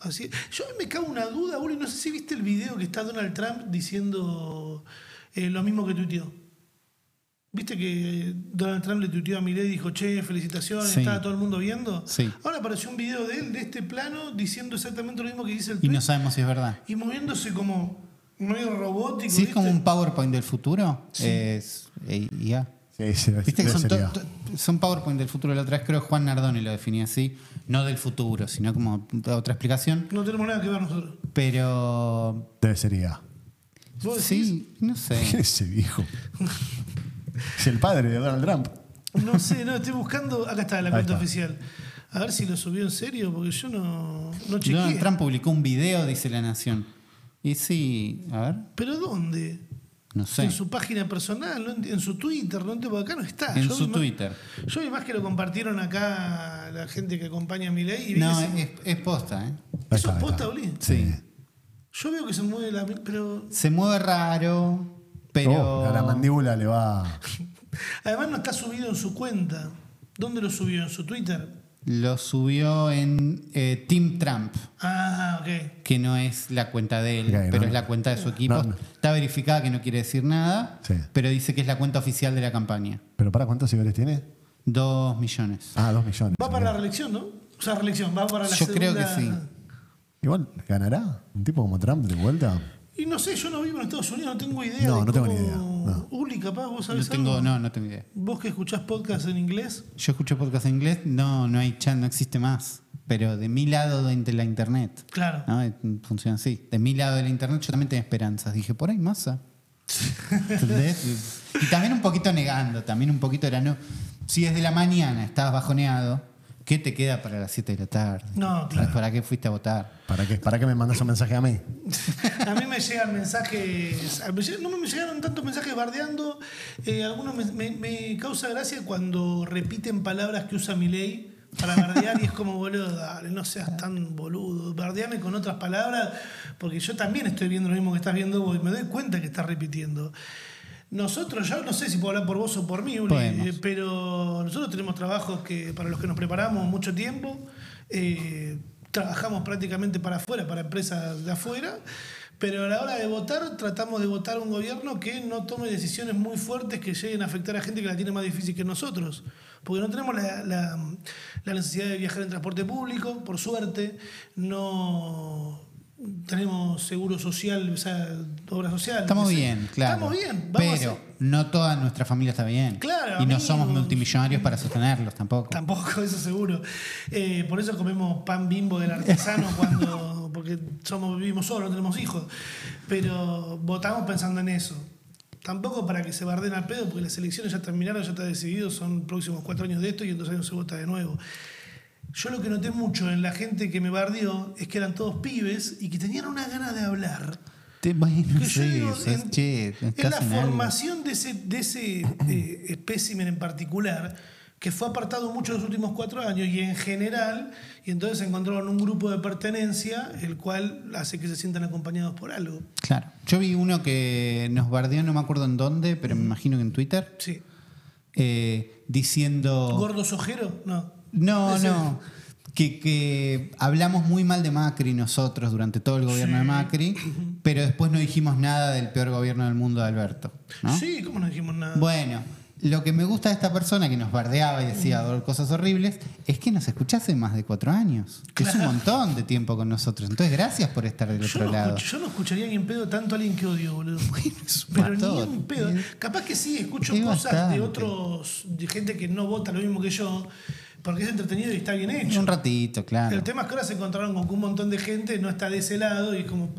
[SPEAKER 1] Así es. Yo me cago una duda, Uri, no sé si viste el video que está Donald Trump diciendo eh, lo mismo que tuiteó. ¿Viste que Donald Trump le tuiteó a Milei y dijo, che, felicitaciones,
[SPEAKER 2] Sí.
[SPEAKER 1] estaba todo el mundo viendo?
[SPEAKER 2] Sí.
[SPEAKER 1] Ahora apareció un video de él, de este plano, diciendo exactamente lo mismo que dice el
[SPEAKER 2] Y
[SPEAKER 1] tweet.
[SPEAKER 2] no sabemos si es verdad.
[SPEAKER 1] Y moviéndose como medio robótico.
[SPEAKER 2] Si es
[SPEAKER 1] ¿viste?
[SPEAKER 2] como un PowerPoint del futuro, es eh, IA.
[SPEAKER 3] sí, sí,
[SPEAKER 2] Viste que
[SPEAKER 3] debe
[SPEAKER 2] son,
[SPEAKER 3] ser
[SPEAKER 2] to-
[SPEAKER 3] IA.
[SPEAKER 2] to- son PowerPoint del futuro. La otra vez creo que Juan Nardoni lo definía así. No del futuro, sino como otra explicación.
[SPEAKER 1] No tenemos nada que ver nosotros.
[SPEAKER 2] Pero.
[SPEAKER 3] Debe ser IA.
[SPEAKER 1] ¿Vos decís?
[SPEAKER 2] Sí, no
[SPEAKER 3] ¿Quién
[SPEAKER 2] sé.
[SPEAKER 3] es ese viejo? es el padre de Donald Trump.
[SPEAKER 1] No sé, no, estoy buscando. Acá está la
[SPEAKER 3] Ahí
[SPEAKER 1] cuenta
[SPEAKER 3] está.
[SPEAKER 1] oficial. A ver si lo subió en serio, porque yo no, no chequeé.
[SPEAKER 2] Donald Trump publicó un video, dice La Nación. Y sí, a ver,
[SPEAKER 1] ¿Pero dónde?
[SPEAKER 2] no sé.
[SPEAKER 1] En su página personal, no enti- en su Twitter, no entiendo, porque acá no está.
[SPEAKER 2] En
[SPEAKER 1] Yo
[SPEAKER 2] su
[SPEAKER 1] vi más-
[SPEAKER 2] Twitter.
[SPEAKER 1] Yo vi más que lo compartieron acá la gente que acompaña a mi ley.
[SPEAKER 2] No, es, es posta, ¿eh?
[SPEAKER 3] Ahí
[SPEAKER 1] ¿Eso
[SPEAKER 3] está,
[SPEAKER 1] es
[SPEAKER 3] ahí
[SPEAKER 1] posta,
[SPEAKER 3] está.
[SPEAKER 1] Uli?
[SPEAKER 2] Sí.
[SPEAKER 1] Yo veo que se mueve la. Pero.
[SPEAKER 2] Se mueve raro, pero.
[SPEAKER 3] Oh, a la mandíbula le va.
[SPEAKER 1] Además no está subido en su cuenta. ¿Dónde lo subió? ¿En su Twitter?
[SPEAKER 2] Lo subió en eh, Team Trump,
[SPEAKER 1] Ah, ok.
[SPEAKER 2] que no es la cuenta de él,
[SPEAKER 3] Ok, no,
[SPEAKER 2] pero
[SPEAKER 3] no.
[SPEAKER 2] es la cuenta de su equipo.
[SPEAKER 3] No, no.
[SPEAKER 2] Está verificada que no quiere decir nada,
[SPEAKER 3] Sí.
[SPEAKER 2] pero dice que es la cuenta oficial de la campaña.
[SPEAKER 3] ¿Pero para cuántos seguidores tiene?
[SPEAKER 2] Dos millones.
[SPEAKER 3] Ah, dos millones.
[SPEAKER 1] Va para la reelección, ¿no? O sea, reelección, va para la
[SPEAKER 2] Yo creo que
[SPEAKER 1] segunda-
[SPEAKER 3] Igual, ¿ganará? ¿Un tipo como Trump de vuelta?
[SPEAKER 1] Y no sé, yo no vivo en Estados Unidos, no tengo idea.
[SPEAKER 3] No,
[SPEAKER 1] de
[SPEAKER 3] no tengo
[SPEAKER 1] cómo-
[SPEAKER 3] ni idea, no.
[SPEAKER 1] Uli, capaz, vos
[SPEAKER 2] No
[SPEAKER 1] sabés
[SPEAKER 2] tengo,
[SPEAKER 1] algo?
[SPEAKER 2] no, no tengo idea.
[SPEAKER 1] Vos que escuchás podcast en inglés,
[SPEAKER 2] Yo escucho podcast en inglés, no, no hay chat, no existe más. Pero de mi lado de inter- la internet.
[SPEAKER 1] claro.
[SPEAKER 2] ¿no? Eh, Funciona así. De mi lado de la internet yo también tenía esperanzas. Dije, por ahí masa. ¿Entendés? y también un poquito negando, también un poquito era no. Si desde la mañana estabas bajoneado, ¿qué te queda para las 7 de la tarde?
[SPEAKER 1] No,
[SPEAKER 2] ¿Sabés ¿Para qué fuiste a votar?
[SPEAKER 3] ¿Para qué, ¿Para qué me mandas un mensaje a mí?
[SPEAKER 1] A mí me llegan mensajes, a- me lle- no me llegaron tantos mensajes bardeando, eh, algunos me, me- me causa gracia cuando repiten palabras que usa Milei para bardear y es como, boludo, dale, no seas tan boludo, bardeame con otras palabras, porque yo también estoy viendo lo mismo que estás viendo vos y me doy cuenta que estás repitiendo. Nosotros, yo no sé si puedo hablar por vos o por mí, Uli,
[SPEAKER 2] Podemos.
[SPEAKER 1] eh, pero nosotros tenemos trabajos que para los que nos preparamos mucho tiempo, eh, trabajamos prácticamente para afuera, para empresas de afuera, pero a la hora de votar tratamos de votar un gobierno que no tome decisiones muy fuertes que lleguen a afectar a gente que la tiene más difícil que nosotros, porque no tenemos la, la- la necesidad de viajar en transporte público, por suerte, no... Tenemos seguro social, o sea, obra social.
[SPEAKER 2] Estamos
[SPEAKER 1] Es-
[SPEAKER 2] bien, claro.
[SPEAKER 1] Estamos bien, vamos
[SPEAKER 2] Pero
[SPEAKER 1] a-
[SPEAKER 2] no toda nuestra familia está bien.
[SPEAKER 1] Claro,
[SPEAKER 2] y no somos
[SPEAKER 1] amigos.
[SPEAKER 2] multimillonarios para sostenerlos tampoco.
[SPEAKER 1] Tampoco, eso seguro. Eh, por eso comemos pan bimbo del artesano cuando. porque somos, vivimos solos, no tenemos hijos. Pero votamos pensando en eso. Tampoco para que se barden al pedo, porque las elecciones ya terminaron, ya está decidido, son próximos cuatro años de esto y en dos años se vota de nuevo. Yo lo que noté mucho en la gente que me bardeó es que eran todos pibes y que tenían una gana de hablar.
[SPEAKER 2] Te- bueno,
[SPEAKER 1] Que yo
[SPEAKER 2] sí,
[SPEAKER 1] digo,
[SPEAKER 2] sos-
[SPEAKER 1] en,
[SPEAKER 2] che,
[SPEAKER 1] en
[SPEAKER 2] estás
[SPEAKER 1] la
[SPEAKER 2] en algo.
[SPEAKER 1] formación de ese, de ese eh, espécimen en particular, que fue apartado mucho en los últimos cuatro años y en general, y entonces encontraron un grupo de pertenencia, el cual hace que se sientan acompañados por algo.
[SPEAKER 2] Claro. Yo vi uno que nos bardeó, no me acuerdo en dónde, pero me imagino que en Twitter,
[SPEAKER 1] Sí.
[SPEAKER 2] eh, diciendo.
[SPEAKER 1] ¿Gordo sojero? No.
[SPEAKER 2] No,
[SPEAKER 1] Ese-
[SPEAKER 2] no. Que, que hablamos muy mal de Macri nosotros durante todo el gobierno de Macri, pero después no dijimos nada del peor gobierno del mundo de Alberto. ¿no?
[SPEAKER 1] Sí, ¿cómo no dijimos nada?
[SPEAKER 2] Bueno, Lo que me gusta de esta persona que nos bardeaba y decía cosas horribles es que nos escuchás hace más de cuatro años. que Es un montón de tiempo con nosotros. Entonces, gracias por estar del
[SPEAKER 1] Yo
[SPEAKER 2] otro
[SPEAKER 1] no,
[SPEAKER 2] lado.
[SPEAKER 1] escucho- yo no escucharía ni en pedo tanto a alguien que odio, boludo. Pero ni
[SPEAKER 2] Pastor.
[SPEAKER 1] en pedo. Capaz que sí, escucho
[SPEAKER 2] Es
[SPEAKER 1] cosas
[SPEAKER 2] bastante.
[SPEAKER 1] de otros, de gente que no vota lo mismo que yo, porque es entretenido y está bien hecho.
[SPEAKER 2] Un ratito, claro.
[SPEAKER 1] El tema es que ahora se encontraron con que un montón de gente no está de ese lado y como,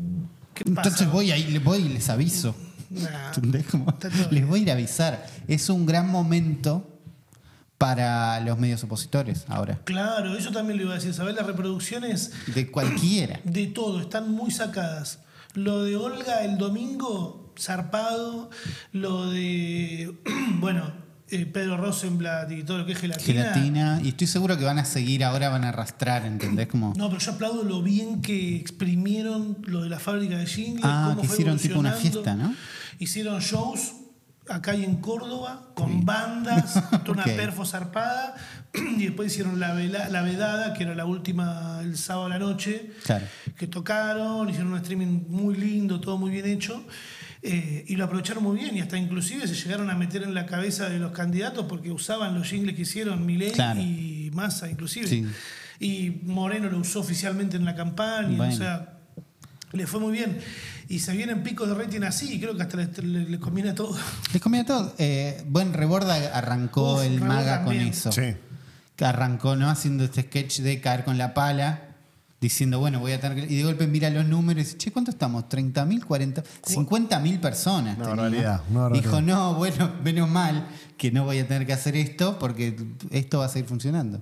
[SPEAKER 1] ¿qué pasa?
[SPEAKER 2] Entonces voy ahí, le- voy y les aviso.
[SPEAKER 1] Nah.
[SPEAKER 2] ¿Entendés? Como,
[SPEAKER 1] Está todo bien.
[SPEAKER 2] les voy a ir a avisar. Es un gran momento para los medios opositores ahora.
[SPEAKER 1] Claro, eso también lo iba a decir. Sabés, las reproducciones
[SPEAKER 2] De cualquiera.
[SPEAKER 1] de todo, están muy sacadas. Lo de Olga el domingo, zarpado. Lo de, bueno, eh, Pedro Rosenblatt y todo lo que es gelatina.
[SPEAKER 2] Gelatina. Y estoy seguro que van a seguir ahora, van a arrastrar, ¿entendés? Como.
[SPEAKER 1] No, pero yo aplaudo lo bien que exprimieron lo de la fábrica de jingles.
[SPEAKER 2] Ah,
[SPEAKER 1] cómo
[SPEAKER 2] que
[SPEAKER 1] fue
[SPEAKER 2] hicieron tipo una
[SPEAKER 1] evolucionando.
[SPEAKER 2] fiesta, ¿no?
[SPEAKER 1] Hicieron shows acá y en Córdoba con bandas, toda una
[SPEAKER 2] Ok.
[SPEAKER 1] perfo zarpada. y después hicieron la, vela- la vedada, que era la última el sábado a la noche.
[SPEAKER 2] Claro.
[SPEAKER 1] que tocaron, hicieron un streaming muy lindo, todo muy bien hecho, eh, y lo aprovecharon muy bien, y hasta inclusive se llegaron a meter en la cabeza de los candidatos porque usaban los jingles que hicieron Milei
[SPEAKER 2] Claro.
[SPEAKER 1] y Massa inclusive.
[SPEAKER 2] Sí.
[SPEAKER 1] Y Moreno lo usó oficialmente en la campaña,
[SPEAKER 2] Bueno.
[SPEAKER 1] o sea, le fue muy bien. Y se vienen picos de rating así, y creo que hasta les, les- les combina todo.
[SPEAKER 2] Les comía todo. Eh, buen Reborda arrancó
[SPEAKER 1] Uf,
[SPEAKER 2] el
[SPEAKER 1] Reborda
[SPEAKER 2] maga con
[SPEAKER 1] también.
[SPEAKER 2] eso.
[SPEAKER 3] Sí.
[SPEAKER 2] Que arrancó, ¿no? Haciendo este sketch de caer con la pala, diciendo, bueno, voy a tener que... Y de golpe mira los números y dice, che, ¿cuánto estamos? ¿30.000? ¿40.000? ¿50.000 personas?
[SPEAKER 3] Una
[SPEAKER 2] tenía.
[SPEAKER 3] barbaridad, una barbaridad.
[SPEAKER 2] Dijo, no, bueno, menos mal que no voy a tener que hacer esto porque esto va a seguir funcionando.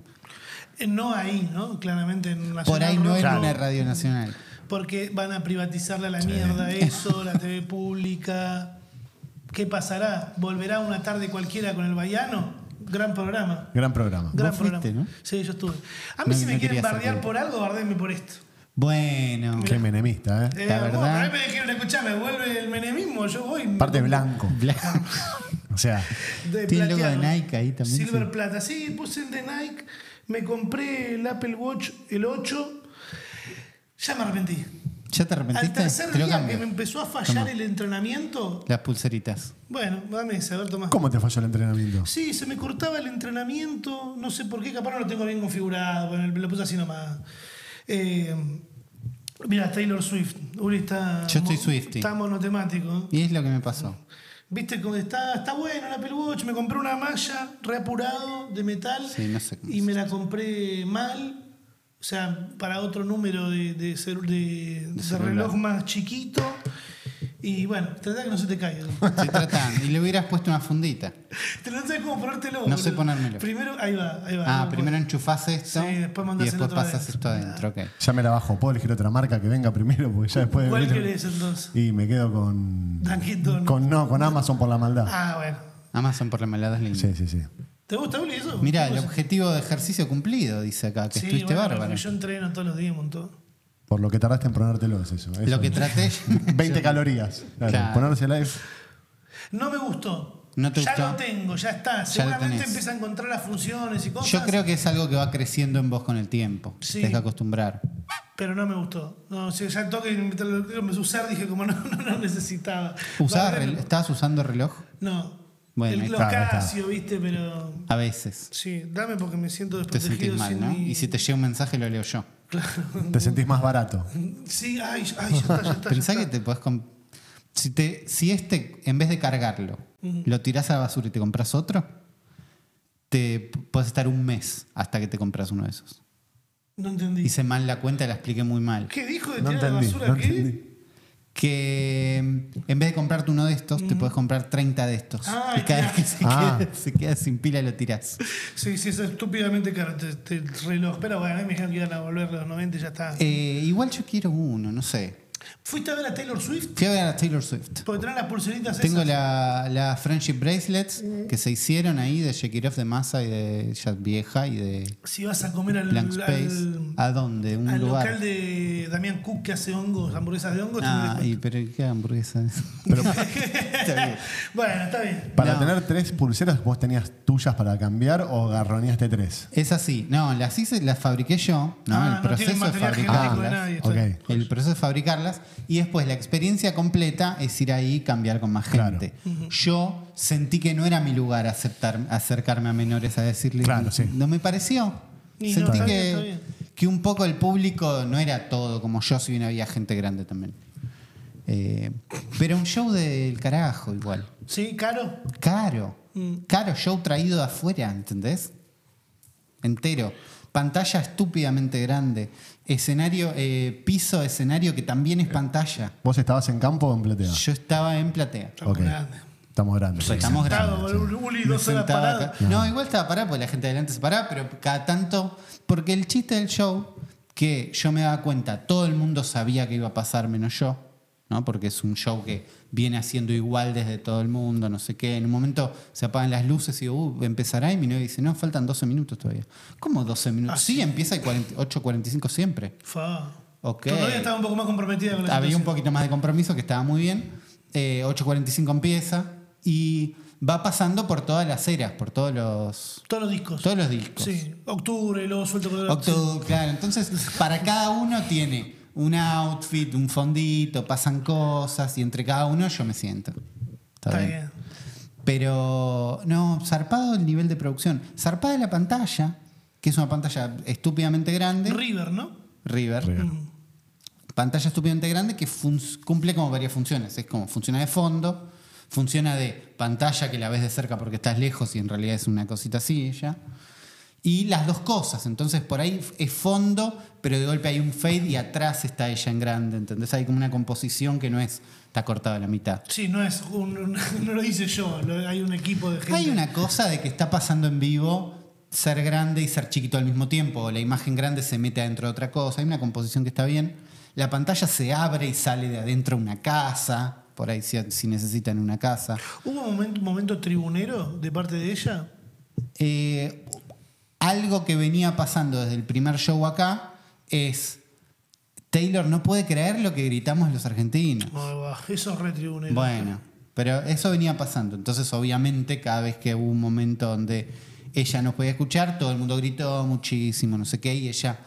[SPEAKER 1] Eh, No ahí, ¿no? Claramente en la
[SPEAKER 2] Por ahí no
[SPEAKER 1] es
[SPEAKER 2] era una radio nacional.
[SPEAKER 1] Porque van a privatizarle a la mierda eso, la TV pública. ¿Qué pasará? ¿Volverá una tarde cualquiera con el Bayano? Gran programa.
[SPEAKER 3] Gran programa.
[SPEAKER 1] Gran
[SPEAKER 2] Vos fuiste,
[SPEAKER 1] programa.
[SPEAKER 2] ¿no?
[SPEAKER 1] Sí, yo estuve. A mí
[SPEAKER 2] No,
[SPEAKER 1] si me
[SPEAKER 2] no
[SPEAKER 1] quieren
[SPEAKER 2] quería ser
[SPEAKER 1] bardear
[SPEAKER 2] gay.
[SPEAKER 1] por algo, bardenme por esto.
[SPEAKER 2] Bueno,
[SPEAKER 3] Qué menemista, ¿eh?
[SPEAKER 1] Eh,
[SPEAKER 2] La
[SPEAKER 1] vos,
[SPEAKER 2] verdad-
[SPEAKER 1] a mí me dijeron, escuchame, vuelve el menemismo, yo voy. me-
[SPEAKER 3] Parte blanco.
[SPEAKER 2] bla-
[SPEAKER 3] O sea,
[SPEAKER 1] de
[SPEAKER 2] Tiene el logo
[SPEAKER 1] plateado.
[SPEAKER 2] de Nike ahí también,
[SPEAKER 1] Silver
[SPEAKER 2] sí.
[SPEAKER 1] Plata. Sí, puse el de Nike, me compré el Apple Watch, el 8. Ya me arrepentí.
[SPEAKER 2] ¿ya te
[SPEAKER 1] Al
[SPEAKER 2] arrepentiste?
[SPEAKER 1] tercer
[SPEAKER 2] Te lo
[SPEAKER 1] día
[SPEAKER 2] cambio.
[SPEAKER 1] que me empezó a fallar
[SPEAKER 2] Toma.
[SPEAKER 1] el entrenamiento,
[SPEAKER 2] Las pulseritas.
[SPEAKER 1] Bueno, dame ese, a ver, Tomás.
[SPEAKER 3] ¿cómo te falló el entrenamiento?
[SPEAKER 1] Sí, se me cortaba el entrenamiento, no sé por qué, capaz no lo tengo bien configurado, bueno, me lo puse así nomás. Eh, mira, Taylor Swift. Uri está.
[SPEAKER 2] Yo estoy
[SPEAKER 1] mo-
[SPEAKER 2] Swiftie.
[SPEAKER 1] Está monotemático.
[SPEAKER 2] Y es lo que me pasó.
[SPEAKER 1] Viste cómo está, está bueno el Apple Watch, me compré una malla reapurado de metal
[SPEAKER 2] Sí, no sé cómo
[SPEAKER 1] y me la compré mal. O sea, para otro número de, de, celu- de- de
[SPEAKER 2] celular.
[SPEAKER 1] reloj más chiquito. Y bueno, tendrá que no se te caiga.
[SPEAKER 2] Se tratan. Y le hubieras puesto una fundita.
[SPEAKER 1] Te lo sabes cómo ponértelo.
[SPEAKER 2] No sé
[SPEAKER 1] boludo.
[SPEAKER 2] ponérmelo.
[SPEAKER 1] Primero, ahí va, ahí va.
[SPEAKER 2] Ah,
[SPEAKER 1] No,
[SPEAKER 2] primero
[SPEAKER 1] pues.
[SPEAKER 2] enchufás esto
[SPEAKER 1] Sí, después
[SPEAKER 2] y
[SPEAKER 1] mandás el
[SPEAKER 2] después
[SPEAKER 1] otro
[SPEAKER 2] pasas
[SPEAKER 1] adentro.
[SPEAKER 2] esto adentro, ok.
[SPEAKER 3] Ya me la bajo. ¿Puedo elegir otra marca que venga primero? Porque ya después de
[SPEAKER 1] ¿Cuál
[SPEAKER 3] venir-
[SPEAKER 1] querés entonces?
[SPEAKER 3] Y me quedo con.
[SPEAKER 1] Dunkin' Donuts.
[SPEAKER 3] Con, no, con Amazon por la maldad.
[SPEAKER 1] Ah, bueno.
[SPEAKER 2] Amazon por la malada es lindo.
[SPEAKER 3] Sí, sí, sí.
[SPEAKER 1] ¿Te gusta, Uli, eso?
[SPEAKER 2] Mira,
[SPEAKER 1] ¿Qué
[SPEAKER 2] el
[SPEAKER 1] cosa?
[SPEAKER 2] objetivo de ejercicio cumplido, dice acá, que
[SPEAKER 1] Sí,
[SPEAKER 2] estuviste
[SPEAKER 1] bueno,
[SPEAKER 2] bárbaro.
[SPEAKER 1] Yo entreno todos los días un montón.
[SPEAKER 3] Por lo que tardaste en ponértelo es eso. eso.
[SPEAKER 2] Lo que traté.
[SPEAKER 3] 20 calorías. Claro.
[SPEAKER 2] Claro.
[SPEAKER 3] Ponérsela es.
[SPEAKER 1] No me gustó.
[SPEAKER 2] ¿No te
[SPEAKER 1] ya
[SPEAKER 2] gustó?
[SPEAKER 1] lo tengo, ya está.
[SPEAKER 2] Ya lo
[SPEAKER 1] Seguramente
[SPEAKER 2] tenés.
[SPEAKER 1] empieza a encontrar las funciones y cosas.
[SPEAKER 2] Yo creo que es algo que va creciendo en vos con el tiempo.
[SPEAKER 1] Sí.
[SPEAKER 2] Te deja acostumbrar.
[SPEAKER 1] Pero no me gustó. No, o sea, ya al toque me lo me empezó a usar, dije como no, no, no necesitaba.
[SPEAKER 2] ¿Usabas
[SPEAKER 1] Vale,
[SPEAKER 2] rel- ¿Estabas usando reloj?
[SPEAKER 1] No.
[SPEAKER 2] Bueno,
[SPEAKER 1] el,
[SPEAKER 2] ahí
[SPEAKER 1] los
[SPEAKER 3] está, ahí está.
[SPEAKER 1] Casio, viste, pero.
[SPEAKER 2] A veces.
[SPEAKER 1] Sí, dame porque me siento
[SPEAKER 2] Te sentís
[SPEAKER 1] desprotegido.
[SPEAKER 2] mal,
[SPEAKER 1] sin
[SPEAKER 2] ¿no?
[SPEAKER 1] mi-
[SPEAKER 2] Y si te llega un mensaje lo leo yo.
[SPEAKER 3] Te sentís más barato.
[SPEAKER 1] Sí, ay, ay, ya está, ya está. ya
[SPEAKER 2] Pensá
[SPEAKER 1] está.
[SPEAKER 2] que te podés... comp- Si, te, si este, en vez de cargarlo, lo tirás a la basura y te compras otro, te p- podés estar un mes hasta que te compras uno de esos.
[SPEAKER 1] No entendí.
[SPEAKER 2] Hice mal la cuenta, la expliqué muy mal.
[SPEAKER 1] ¿Qué dijo de
[SPEAKER 3] No
[SPEAKER 1] tirar a la
[SPEAKER 3] entendí.
[SPEAKER 1] basura?
[SPEAKER 3] No
[SPEAKER 1] ¿Qué?
[SPEAKER 3] entendí.
[SPEAKER 2] que mm, en vez de comprarte uno de estos, te puedes comprar 30 de estos.
[SPEAKER 1] Ah,
[SPEAKER 2] y cada
[SPEAKER 1] ya.
[SPEAKER 2] vez que se,
[SPEAKER 3] Ah.
[SPEAKER 2] queda, se queda sin pila lo tirás.
[SPEAKER 1] Sí, sí, es estúpidamente caro este, este reloj. Pero bueno, a mí me dijeron que iban a volver los 90 y ya está.
[SPEAKER 2] Eh, igual yo quiero uno, no sé.
[SPEAKER 1] ¿Fuiste a ver a Taylor Swift?
[SPEAKER 2] Fui a ver a Taylor Swift.
[SPEAKER 1] Porque tener las pulseritas
[SPEAKER 2] Tengo
[SPEAKER 1] esas.
[SPEAKER 2] la, la Friendship Bracelets que se hicieron ahí de Shake It Off de Massa y de Jazz Vieja y de
[SPEAKER 1] Si vas a comer al,
[SPEAKER 2] Blank Space.
[SPEAKER 1] al,
[SPEAKER 2] ¿A dónde? Un
[SPEAKER 1] al
[SPEAKER 2] lugar.
[SPEAKER 1] local de, Damián Cook que hace hongos, hamburguesas de hongos. tiene un
[SPEAKER 2] Ah, y,
[SPEAKER 1] descuento.
[SPEAKER 2] pero ¿qué hamburguesa es?
[SPEAKER 3] Pero
[SPEAKER 2] Está bien.
[SPEAKER 1] Bueno, está bien.
[SPEAKER 3] para
[SPEAKER 2] No.
[SPEAKER 3] tener tres pulseras, ¿vos tenías tuyas para cambiar o garroneaste tres?
[SPEAKER 2] Es así. No, las hice, las fabriqué yo. No,
[SPEAKER 1] Ah,
[SPEAKER 2] el
[SPEAKER 1] no tienen
[SPEAKER 2] proceso de
[SPEAKER 1] material genético de
[SPEAKER 2] fabricarlas.
[SPEAKER 1] nadie.
[SPEAKER 3] ok.
[SPEAKER 1] está-
[SPEAKER 2] El proceso de fabricarlas. Y después la experiencia completa es ir ahí y cambiar con más
[SPEAKER 3] Claro.
[SPEAKER 2] gente. Yo sentí que no era mi lugar aceptar, acercarme a menores a decirles.
[SPEAKER 3] Claro, sí.
[SPEAKER 2] No me pareció.
[SPEAKER 1] Y no,
[SPEAKER 2] sentí
[SPEAKER 1] está bien, está
[SPEAKER 2] que,
[SPEAKER 1] bien.
[SPEAKER 2] que un poco el público no era todo como yo, si bien había gente grande también. Eh, pero un show del carajo igual.
[SPEAKER 1] Sí, caro.
[SPEAKER 2] Caro.
[SPEAKER 1] Mm.
[SPEAKER 2] Caro show traído de afuera, ¿entendés? Entero. Pantalla estúpidamente grande. Escenario, eh, piso, escenario que también es pantalla.
[SPEAKER 3] ¿Vos estabas en campo o en platea?
[SPEAKER 2] Yo estaba en platea.
[SPEAKER 1] Estamos
[SPEAKER 3] Ok.
[SPEAKER 1] grandes.
[SPEAKER 3] Estamos grandes.
[SPEAKER 2] Sí, Pues estamos
[SPEAKER 1] Sentado,
[SPEAKER 2] grandes.
[SPEAKER 1] boludo, Uli,
[SPEAKER 2] Me
[SPEAKER 1] dos horas
[SPEAKER 2] sentaba
[SPEAKER 1] parado.
[SPEAKER 2] acá. No, igual estaba parado porque la gente de adelante se paraba, pero cada tanto. Porque el chiste del show, que yo me daba cuenta, todo el mundo sabía que iba a pasar menos yo, ¿no? Porque es un show que viene haciendo igual desde todo el mundo, no sé qué. En un momento se apagan las luces y digo, uh, empezará. Y mi novia dice, no, faltan 12 minutos todavía. ¿Cómo 12 minutos?
[SPEAKER 1] Ah,
[SPEAKER 2] sí, empieza el 48, 45 siempre.
[SPEAKER 1] Fa.
[SPEAKER 2] Ok.
[SPEAKER 1] Todavía estaba un poco más comprometida con la
[SPEAKER 2] Había un
[SPEAKER 1] situación.
[SPEAKER 2] poquito más de compromiso, que estaba muy bien. Eh, 8.45 empieza y va pasando por todas las eras, por todos los,
[SPEAKER 1] Todos los discos.
[SPEAKER 2] todos los discos.
[SPEAKER 1] Sí. Octubre, luego suelto con
[SPEAKER 2] Octo- claro. Entonces, para cada uno tiene un outfit, un fondito, pasan cosas y entre cada uno yo me siento. Está
[SPEAKER 1] Está
[SPEAKER 2] bien.
[SPEAKER 1] bien.
[SPEAKER 2] Pero no, zarpado el nivel de producción. Zarpada la pantalla, que es una pantalla estúpidamente grande.
[SPEAKER 1] River, ¿no?
[SPEAKER 2] River
[SPEAKER 3] River.
[SPEAKER 1] Mm.
[SPEAKER 2] pantalla estúpidamente grande que fun- cumple como varias funciones. Es como funciona de fondo, funciona de pantalla que la ves de cerca porque estás lejos y en realidad es una cosita así ya. Y las dos cosas, entonces por ahí es fondo, pero de golpe hay un fade y atrás está ella en grande, ¿entendés? Hay como una composición que no es, está cortada a la mitad.
[SPEAKER 1] Sí, no es un, un- no lo hice yo, lo- hay un equipo de gente.
[SPEAKER 2] Hay una cosa de que está pasando en vivo ser grande y ser chiquito al mismo tiempo. o La imagen grande se mete adentro de otra cosa. Hay una composición que está bien. La pantalla se abre y sale de adentro una casa. Por ahí si, si necesitan una casa.
[SPEAKER 1] ¿Hubo un momento, un momento tribunero de parte de ella?
[SPEAKER 2] Eh, algo que venía pasando desde el primer show acá es... Taylor no puede creer lo que gritamos los argentinos.
[SPEAKER 1] Ay, va, eso es re tribunero.
[SPEAKER 2] Bueno, pero eso venía pasando. Entonces, obviamente, cada vez que hubo un momento donde ella nos podía escuchar, todo el mundo gritó muchísimo, no sé qué, y ella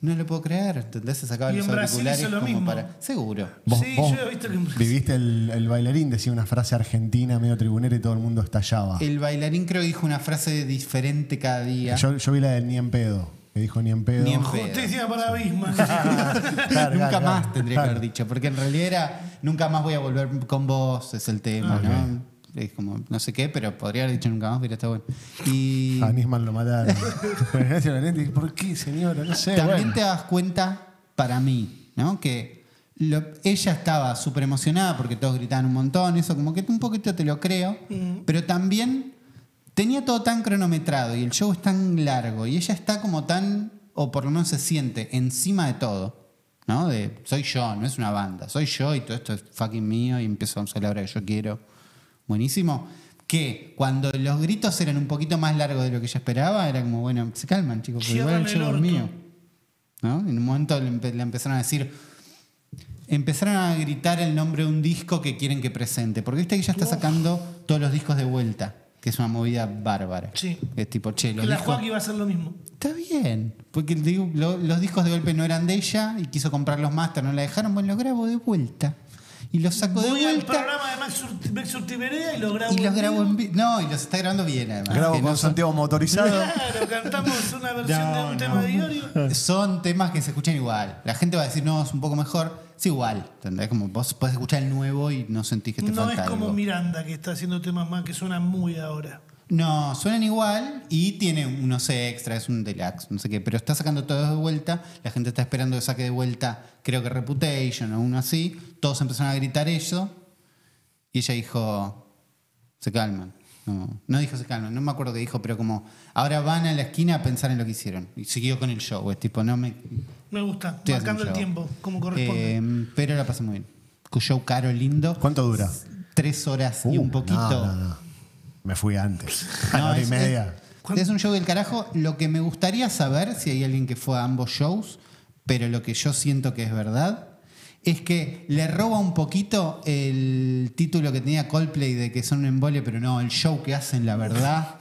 [SPEAKER 2] no lo puedo creer, ¿entendés? Se sacaba
[SPEAKER 1] Y
[SPEAKER 2] los
[SPEAKER 1] en Brasil
[SPEAKER 2] auriculares
[SPEAKER 1] hizo lo
[SPEAKER 2] como
[SPEAKER 1] mismo.
[SPEAKER 2] para. Seguro.
[SPEAKER 3] ¿Vos-
[SPEAKER 1] Sí,
[SPEAKER 3] vos
[SPEAKER 1] yo he visto que en Brasil-
[SPEAKER 3] Viviste el, el bailarín, decía una frase argentina medio tribunera y todo el mundo estallaba.
[SPEAKER 2] El bailarín creo que dijo una frase diferente cada día.
[SPEAKER 3] Yo, yo vi la del ni en pedo, que dijo ni en pedo.
[SPEAKER 2] Ni en pedo.
[SPEAKER 1] Justicia para Bismarck.
[SPEAKER 3] Claro,
[SPEAKER 2] nunca
[SPEAKER 3] claro,
[SPEAKER 2] más
[SPEAKER 3] claro,
[SPEAKER 2] tendría que
[SPEAKER 3] claro.
[SPEAKER 2] haber dicho, porque en realidad era nunca más voy a volver con vos, es el tema,
[SPEAKER 3] Ah,
[SPEAKER 2] ¿no? Es como, no sé qué, pero podría haber dicho nunca más, pero está bueno. Y.
[SPEAKER 3] A Nisman lo mataron. Pero gracias, Valente, dije, ¿Por qué, señora? No sé.
[SPEAKER 2] También
[SPEAKER 3] bueno.
[SPEAKER 2] te das cuenta, para mí, ¿no? Que lo- ella estaba súper emocionada porque todos gritaban un montón, eso como que un poquito te lo creo, pero también tenía todo tan cronometrado y el show es tan largo y ella está como tan, o por lo menos se siente, encima de todo, ¿no? De soy yo, no es una banda, soy yo y todo esto es fucking mío y empiezo a usar la hora que yo quiero. Buenísimo. Que cuando los gritos eran un poquito más largos de lo que ella esperaba, era como, bueno, se calman chicos, porque igual
[SPEAKER 1] Cierran
[SPEAKER 2] el
[SPEAKER 1] el
[SPEAKER 2] show es
[SPEAKER 1] orto.
[SPEAKER 2] mío. ¿no? En un momento le, empe- le empezaron a decir. Empezaron a gritar el nombre de un disco que quieren que presente. Porque viste que ella está sacando todos los discos de vuelta, que es una movida bárbara.
[SPEAKER 1] Sí.
[SPEAKER 2] Es tipo, che, los
[SPEAKER 1] la
[SPEAKER 2] discos-
[SPEAKER 1] Joaquín va a hacer lo mismo.
[SPEAKER 2] Está bien. Porque digo, lo- los discos de golpe no eran de ella y quiso comprar los master, no la dejaron. Bueno, los grabo de vuelta. Y los saco de
[SPEAKER 1] Voy al
[SPEAKER 2] vuelta.
[SPEAKER 1] programa de Max, Urt- Max Urtiberea y lo grabo.
[SPEAKER 2] Y los
[SPEAKER 1] en
[SPEAKER 2] grabo
[SPEAKER 1] vivo.
[SPEAKER 2] en vi- No, y los está grabando bien además.
[SPEAKER 3] Grabo
[SPEAKER 2] que
[SPEAKER 3] con
[SPEAKER 2] no son-
[SPEAKER 3] Santiago motorizado.
[SPEAKER 1] Claro, cantamos una versión
[SPEAKER 2] No,
[SPEAKER 1] de un
[SPEAKER 2] no.
[SPEAKER 1] tema de Iorio.
[SPEAKER 2] Son temas que se escuchan igual. La gente va a decir, no, es un poco mejor. Es igual. ¿entendés? Como vos podés escuchar el nuevo y no sentís que te
[SPEAKER 1] No es
[SPEAKER 2] falta
[SPEAKER 1] como
[SPEAKER 2] algo.
[SPEAKER 1] Miranda que está haciendo temas más que suenan muy ahora.
[SPEAKER 2] No, suenan igual y tiene unos extras, un deluxe, no sé qué, pero está sacando todo de vuelta, la gente está esperando que saque de vuelta, creo que Reputation o uno así, todos empezaron a gritar eso y ella dijo, se calman. No, no dijo se calman, no me acuerdo qué dijo, pero como, ahora van a la esquina a pensar en lo que hicieron. Y siguió con el show, es tipo, no me...
[SPEAKER 1] Me gusta,
[SPEAKER 2] estoy
[SPEAKER 1] marcando
[SPEAKER 2] haciendo un
[SPEAKER 1] el
[SPEAKER 2] show.
[SPEAKER 1] tiempo como corresponde.
[SPEAKER 2] Eh, pero la pasé muy bien. Un show caro, lindo.
[SPEAKER 3] ¿Cuánto dura?
[SPEAKER 2] Tres horas y
[SPEAKER 3] Uh,
[SPEAKER 2] un poquito.
[SPEAKER 3] no, no, no. Me fui antes.
[SPEAKER 2] No,
[SPEAKER 3] A la hora y
[SPEAKER 2] es-
[SPEAKER 3] media.
[SPEAKER 2] Es, es un show del carajo. Lo que me gustaría saber, si hay alguien que fue a ambos shows, pero lo que yo siento que es verdad es que le roba un poquito el título que tenía Coldplay de que son un embole, pero no, el show que hacen, la verdad.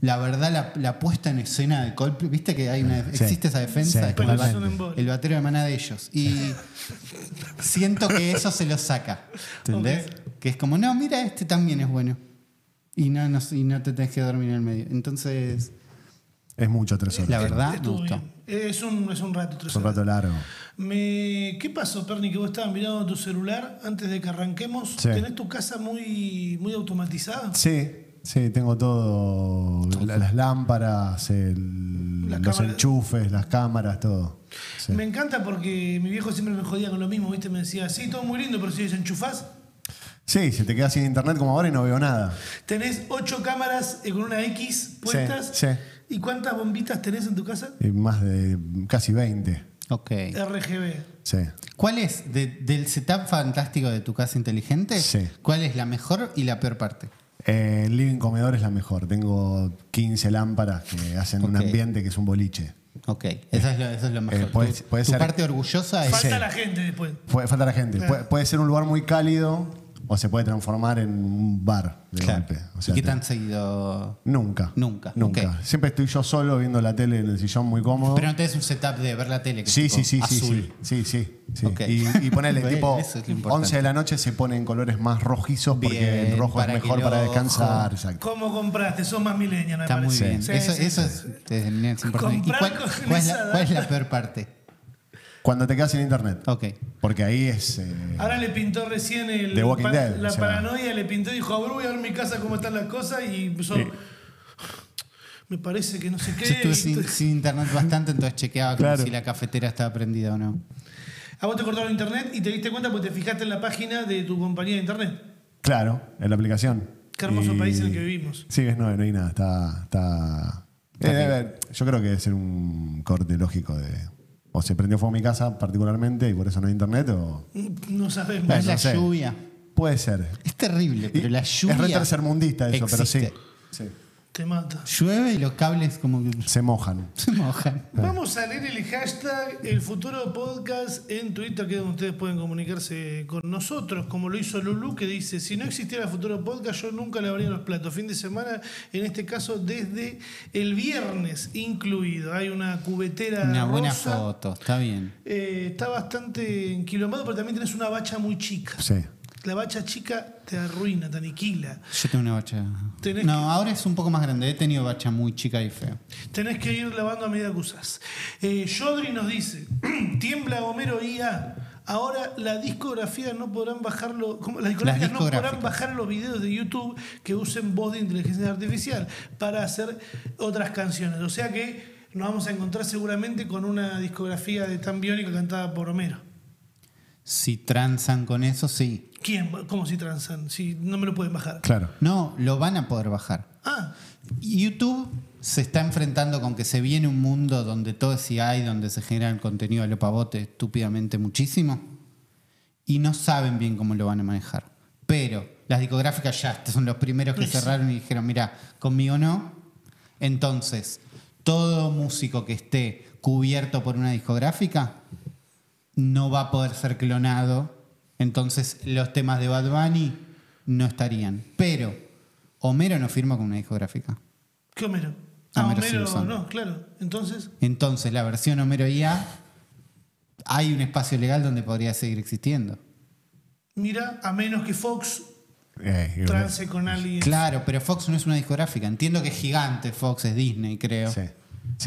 [SPEAKER 2] La verdad, la, la puesta en escena de Coldplay, viste que hay una,
[SPEAKER 3] Sí.
[SPEAKER 2] existe esa defensa,
[SPEAKER 3] Sí,
[SPEAKER 2] es como el,
[SPEAKER 1] totalmente. Pero son
[SPEAKER 2] ba-
[SPEAKER 1] embole.
[SPEAKER 2] el batero de maná de ellos. Y siento que eso se lo saca, ¿entendés? Que es como, no, mira, este también es bueno. Y no, no, y no te tenés que dormir en el medio. Entonces,
[SPEAKER 3] Es mucho tres horas.
[SPEAKER 2] la verdad, me
[SPEAKER 1] Estuvo
[SPEAKER 2] gustó.
[SPEAKER 1] bien. Es un, es un rato, tres
[SPEAKER 3] Es un
[SPEAKER 1] horas.
[SPEAKER 3] rato largo.
[SPEAKER 1] Me- ¿Qué pasó, Perni? Que vos estabas mirando tu celular antes de que arranquemos.
[SPEAKER 3] Sí.
[SPEAKER 1] ¿Tenés tu casa muy, muy automatizada?
[SPEAKER 3] Sí, sí, tengo todo. la- las lámparas, el-
[SPEAKER 1] Las
[SPEAKER 3] los
[SPEAKER 1] cámaras.
[SPEAKER 3] enchufes, las cámaras, todo. Sí.
[SPEAKER 1] Me encanta porque mi viejo siempre me jodía con lo mismo, ¿viste? Me decía, sí, todo muy lindo, pero si desenchufás,
[SPEAKER 3] Sí, se te queda sin internet como ahora y no veo nada.
[SPEAKER 1] tenés ocho cámaras eh, con una X puestas.
[SPEAKER 3] sí.
[SPEAKER 1] ¿Y cuántas bombitas tenés en tu casa?
[SPEAKER 3] Y más de casi 20.
[SPEAKER 2] Ok.
[SPEAKER 1] RGB.
[SPEAKER 2] Eh,
[SPEAKER 3] Sí.
[SPEAKER 2] ¿Cuál es de- del setup fantástico de tu casa inteligente?
[SPEAKER 3] Sí.
[SPEAKER 2] ¿Cuál es la mejor y la peor parte?
[SPEAKER 3] Eh, el living comedor es la mejor. Tengo 15 lámparas que hacen un
[SPEAKER 2] Ok.
[SPEAKER 3] ambiente que es un boliche.
[SPEAKER 2] Ok, eso es lo, eso es lo mejor.
[SPEAKER 3] Eh, puede-
[SPEAKER 2] tu
[SPEAKER 3] puede
[SPEAKER 2] tu
[SPEAKER 3] ser-
[SPEAKER 2] parte orgullosa es.
[SPEAKER 1] Falta la gente después.
[SPEAKER 3] Puede, falta la gente.
[SPEAKER 1] Claro.
[SPEAKER 3] Puede, puede ser un lugar muy cálido o se puede transformar en un bar de
[SPEAKER 2] Claro.
[SPEAKER 3] golpe. O sea,
[SPEAKER 2] ¿Y qué
[SPEAKER 3] te-
[SPEAKER 2] tan seguido?
[SPEAKER 3] Nunca.
[SPEAKER 2] Nunca,
[SPEAKER 3] Nunca.
[SPEAKER 2] ok.
[SPEAKER 3] Siempre estoy yo solo viendo la tele en el sillón muy cómodo.
[SPEAKER 2] Pero no tenés un setup de ver la tele. Que
[SPEAKER 3] Sí,
[SPEAKER 2] es
[SPEAKER 3] sí,
[SPEAKER 2] tipo
[SPEAKER 3] sí, sí,
[SPEAKER 2] azul.
[SPEAKER 3] sí, sí, sí, sí.
[SPEAKER 2] Ok.
[SPEAKER 3] Y, y ponele
[SPEAKER 2] Bueno,
[SPEAKER 3] tipo
[SPEAKER 2] eso es lo importante.
[SPEAKER 3] 11 de la noche se pone en colores más rojizos porque
[SPEAKER 2] Bien,
[SPEAKER 3] el rojo es
[SPEAKER 2] para que
[SPEAKER 3] mejor
[SPEAKER 2] el
[SPEAKER 3] para
[SPEAKER 2] ojo-
[SPEAKER 3] descansar. Exacto.
[SPEAKER 1] ¿Cómo compraste? Sos más milenial, me
[SPEAKER 2] Está muy
[SPEAKER 1] parece.
[SPEAKER 2] bien.
[SPEAKER 1] Sí,
[SPEAKER 2] eso
[SPEAKER 1] sí,
[SPEAKER 2] eso
[SPEAKER 1] sí.
[SPEAKER 2] es, es importante. ¿Y
[SPEAKER 1] Comprar
[SPEAKER 2] cuál,
[SPEAKER 1] con
[SPEAKER 2] cuál es
[SPEAKER 1] esa
[SPEAKER 2] la, cuál es la peor parte?
[SPEAKER 3] Cuando te quedas sin internet.
[SPEAKER 2] Ok.
[SPEAKER 3] Porque ahí es. eh,
[SPEAKER 1] Ahora le pintó recién el,
[SPEAKER 3] The Walking
[SPEAKER 1] pa-
[SPEAKER 3] Dead,
[SPEAKER 1] la
[SPEAKER 3] o sea.
[SPEAKER 1] paranoia, le pintó y dijo, a ver, voy a ver mi casa cómo están las cosas y empezó... Me parece que no sé qué.
[SPEAKER 2] Yo estuve
[SPEAKER 1] y
[SPEAKER 2] sin,
[SPEAKER 1] t-
[SPEAKER 2] sin internet bastante, entonces chequeaba como
[SPEAKER 3] Claro.
[SPEAKER 2] si la cafetera estaba prendida o no.
[SPEAKER 1] A vos te cortaron internet y te diste cuenta porque te fijaste en la página de tu compañía de internet.
[SPEAKER 3] Claro, en la aplicación.
[SPEAKER 1] Qué hermoso
[SPEAKER 3] Y-
[SPEAKER 1] país en el que vivimos.
[SPEAKER 3] Sí, es, no, no hay nada. Está. está
[SPEAKER 2] Está
[SPEAKER 3] Eh, debe haber- yo creo que debe ser un corte lógico de. O se prendió fuego mi casa particularmente y por eso no hay internet, o.
[SPEAKER 1] No sabemos.
[SPEAKER 2] Más
[SPEAKER 3] no
[SPEAKER 2] la
[SPEAKER 3] sé.
[SPEAKER 2] lluvia.
[SPEAKER 3] Puede ser.
[SPEAKER 2] Es terrible,
[SPEAKER 3] Y
[SPEAKER 2] pero la lluvia.
[SPEAKER 3] Es re tercermundista eso,
[SPEAKER 2] existe.
[SPEAKER 3] pero sí. sí.
[SPEAKER 1] Te mata.
[SPEAKER 2] Llueve y los cables como que
[SPEAKER 3] Se mojan.
[SPEAKER 2] se mojan.
[SPEAKER 1] Vamos a leer el hashtag El Futuro Podcast en Twitter, que es donde ustedes pueden comunicarse con nosotros, como lo hizo Lulu, que dice, si no existiera Futuro Podcast, yo nunca lavaría los platos. Fin de semana, en este caso, desde el viernes incluido. Hay una cubetera
[SPEAKER 2] Una buena
[SPEAKER 1] rosa.
[SPEAKER 2] foto, está bien.
[SPEAKER 1] Eh, está bastante enquilomado, pero también tenés una bacha muy chica.
[SPEAKER 3] Sí.
[SPEAKER 1] La bacha chica te arruina, te aniquila.
[SPEAKER 2] Yo tengo una bacha.
[SPEAKER 1] Tenés
[SPEAKER 2] no,
[SPEAKER 1] que-
[SPEAKER 2] ahora es un poco más grande. He tenido bacha muy chica y fea.
[SPEAKER 1] Tenés que ir lavando a medida que usás. Eh, Yodri nos dice, tiembla Homero IA. Ahora las discografías no podrán bajar los, ¿cómo? las discográficas no podrán
[SPEAKER 2] discográficas.
[SPEAKER 1] bajar los videos de YouTube que usen voz de inteligencia artificial para hacer otras canciones. O sea que nos vamos a encontrar seguramente con una discografía de tan biónica cantada por Homero.
[SPEAKER 2] Si tranzan con eso, sí.
[SPEAKER 1] ¿Quién? ¿Cómo si transan? Si no me lo pueden bajar.
[SPEAKER 3] Claro.
[SPEAKER 2] No, lo van a poder bajar.
[SPEAKER 1] Ah,
[SPEAKER 2] YouTube se está enfrentando con que se viene un mundo donde todo es hay, donde se genera el contenido a lo pavote estúpidamente muchísimo. Y no saben bien cómo lo van a manejar. Pero las discográficas ya son los primeros que
[SPEAKER 1] Sí.
[SPEAKER 2] cerraron y dijeron, mira, conmigo no. Entonces, todo músico que esté cubierto por una discográfica no va a poder ser clonado. Entonces los temas de Bad Bunny no estarían. Pero Homero no firma con una discográfica.
[SPEAKER 1] ¿qué Homero?
[SPEAKER 2] Ah,
[SPEAKER 1] Ah,
[SPEAKER 2] Homero
[SPEAKER 1] Homero,
[SPEAKER 2] Simpson.
[SPEAKER 1] no, claro. Entonces,
[SPEAKER 2] Entonces la versión Homero IA hay un espacio legal donde podría seguir existiendo.
[SPEAKER 1] mira, a menos que Fox
[SPEAKER 3] Eh, y-
[SPEAKER 1] trance con alguien.
[SPEAKER 2] Claro, pero Fox no es una discográfica. Entiendo que es gigante, Fox es Disney, creo.
[SPEAKER 3] Sí.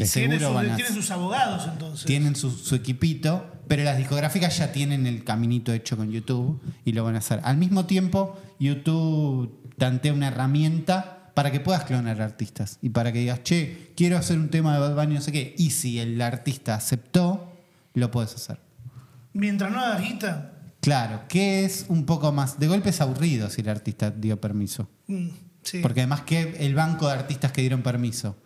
[SPEAKER 2] Y
[SPEAKER 3] sí.
[SPEAKER 1] Tiene,
[SPEAKER 2] seguro
[SPEAKER 1] sus-
[SPEAKER 2] van a-
[SPEAKER 1] tiene sus abogados entonces.
[SPEAKER 2] tienen su, su equipito, pero las discográficas ya tienen el caminito hecho con YouTube y lo van a hacer. Al mismo tiempo, YouTube tantea una herramienta para que puedas clonar artistas y para que digas, che, quiero hacer un tema de Bad Bunny, no sé qué. Y si el artista aceptó, lo puedes hacer.
[SPEAKER 1] Mientras no hagas guita.
[SPEAKER 2] Claro, que es un poco más. De golpe es aburrido si el artista dio permiso.
[SPEAKER 1] mm, sí.
[SPEAKER 2] Porque además que el banco de artistas que dieron permiso.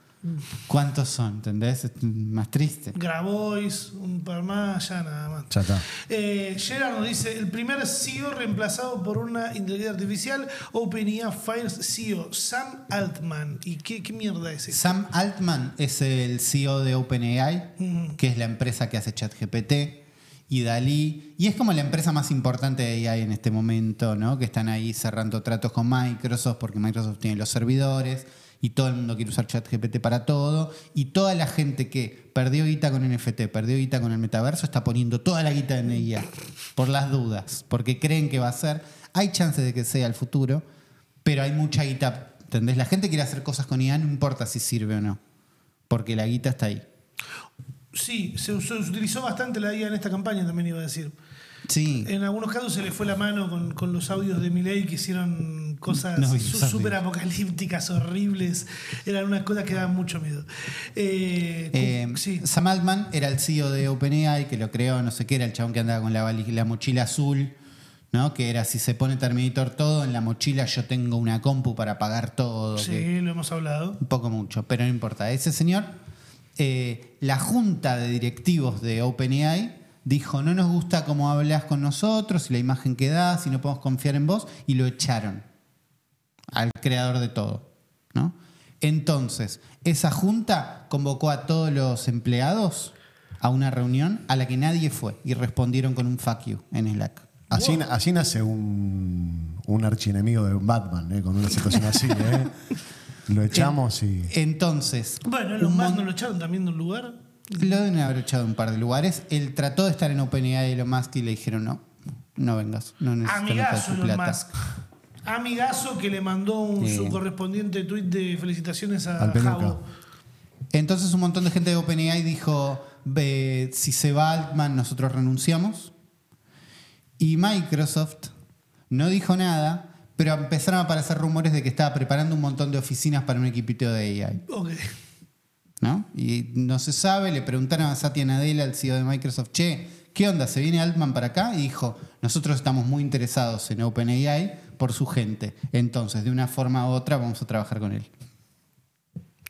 [SPEAKER 2] ¿Cuántos son? ¿Entendés? Es más triste.
[SPEAKER 1] Mm. Grabois, un par más, ya nada más.
[SPEAKER 3] Ya está.
[SPEAKER 1] Eh, Gerard nos dice, el primer CEO reemplazado por una inteligencia artificial, OpenAI Fires CEO, Sam Altman. ¿Y qué, qué mierda es eso?
[SPEAKER 2] Sam Altman es el CEO de OpenAI, que es la empresa que hace ChatGPT y Dalí. Y es como la empresa más importante de AI en este momento, ¿no? Que están ahí cerrando tratos con Microsoft porque Microsoft tiene los servidores y todo el mundo quiere usar ChatGPT para todo. Y toda la gente que perdió guita con NFT, perdió guita con el metaverso, está poniendo toda la guita en AI por las dudas, porque creen que va a ser. Hay chances de que sea el futuro, pero hay mucha guita. ¿Entendés? La gente quiere hacer cosas con IA, no importa si sirve o no, porque la guita está ahí.
[SPEAKER 1] Sí, se, usó- se utilizó bastante la IA en esta campaña, también iba a decir.
[SPEAKER 2] Sí.
[SPEAKER 1] En algunos casos se le fue la mano con, con los audios de Milei que hicieron cosas
[SPEAKER 2] No,
[SPEAKER 1] su-
[SPEAKER 2] insólito.
[SPEAKER 1] súper apocalípticas, horribles. Eran unas cosas que daban mucho miedo. Eh,
[SPEAKER 2] Eh,
[SPEAKER 1] sí.
[SPEAKER 2] Sam Altman era el CEO de OpenAI, que lo creó, no sé qué, era el chabón que andaba con la, vali- la mochila azul, ¿no? Que era si se pone Terminator todo, en la mochila yo tengo una compu para pagar todo.
[SPEAKER 1] Sí,
[SPEAKER 2] que-
[SPEAKER 1] lo hemos hablado.
[SPEAKER 2] un poco mucho, pero no importa. Ese señor, eh, la junta de directivos de OpenAI dijo, no nos gusta cómo hablas con nosotros y la imagen que das y no podemos confiar en vos, y lo echaron al creador de todo. ¿no? Entonces, esa junta convocó a todos los empleados a una reunión a la que nadie fue y respondieron con un fuck you en Slack.
[SPEAKER 3] Así, así nace un, un archienemigo de Batman, ¿eh? con una situación así. ¿eh? Lo echamos y.
[SPEAKER 2] Entonces,
[SPEAKER 1] Bueno, los
[SPEAKER 2] un
[SPEAKER 1] más
[SPEAKER 2] mon-
[SPEAKER 1] no lo echaron también de un lugar.
[SPEAKER 2] Lo deben haber echado en un par de lugares. Él trató de estar en OpenAI de Elon Musk y le dijeron no, no vengas, no necesito nada de
[SPEAKER 1] Amigazo
[SPEAKER 2] tu
[SPEAKER 1] Elon
[SPEAKER 2] plata. Eh.
[SPEAKER 1] Musk. Amigazo que le mandó un-
[SPEAKER 2] Sí.
[SPEAKER 1] su correspondiente tuit de felicitaciones a
[SPEAKER 3] Al Peluca.
[SPEAKER 1] Javo.
[SPEAKER 2] Entonces un montón de gente de OpenAI dijo, "Ve, si se va Altman nosotros renunciamos. Y Microsoft no dijo nada, pero empezaron a aparecer rumores de que estaba preparando un montón de oficinas para un equipito de AI.
[SPEAKER 1] Ok.
[SPEAKER 2] ¿no? Y no se sabe, le preguntaron a Satya Nadella, el CEO de Microsoft, che, ¿qué onda? ¿Se viene Altman para acá? Y dijo, nosotros estamos muy interesados en OpenAI por su gente. Entonces, de una forma u otra, vamos a trabajar con él.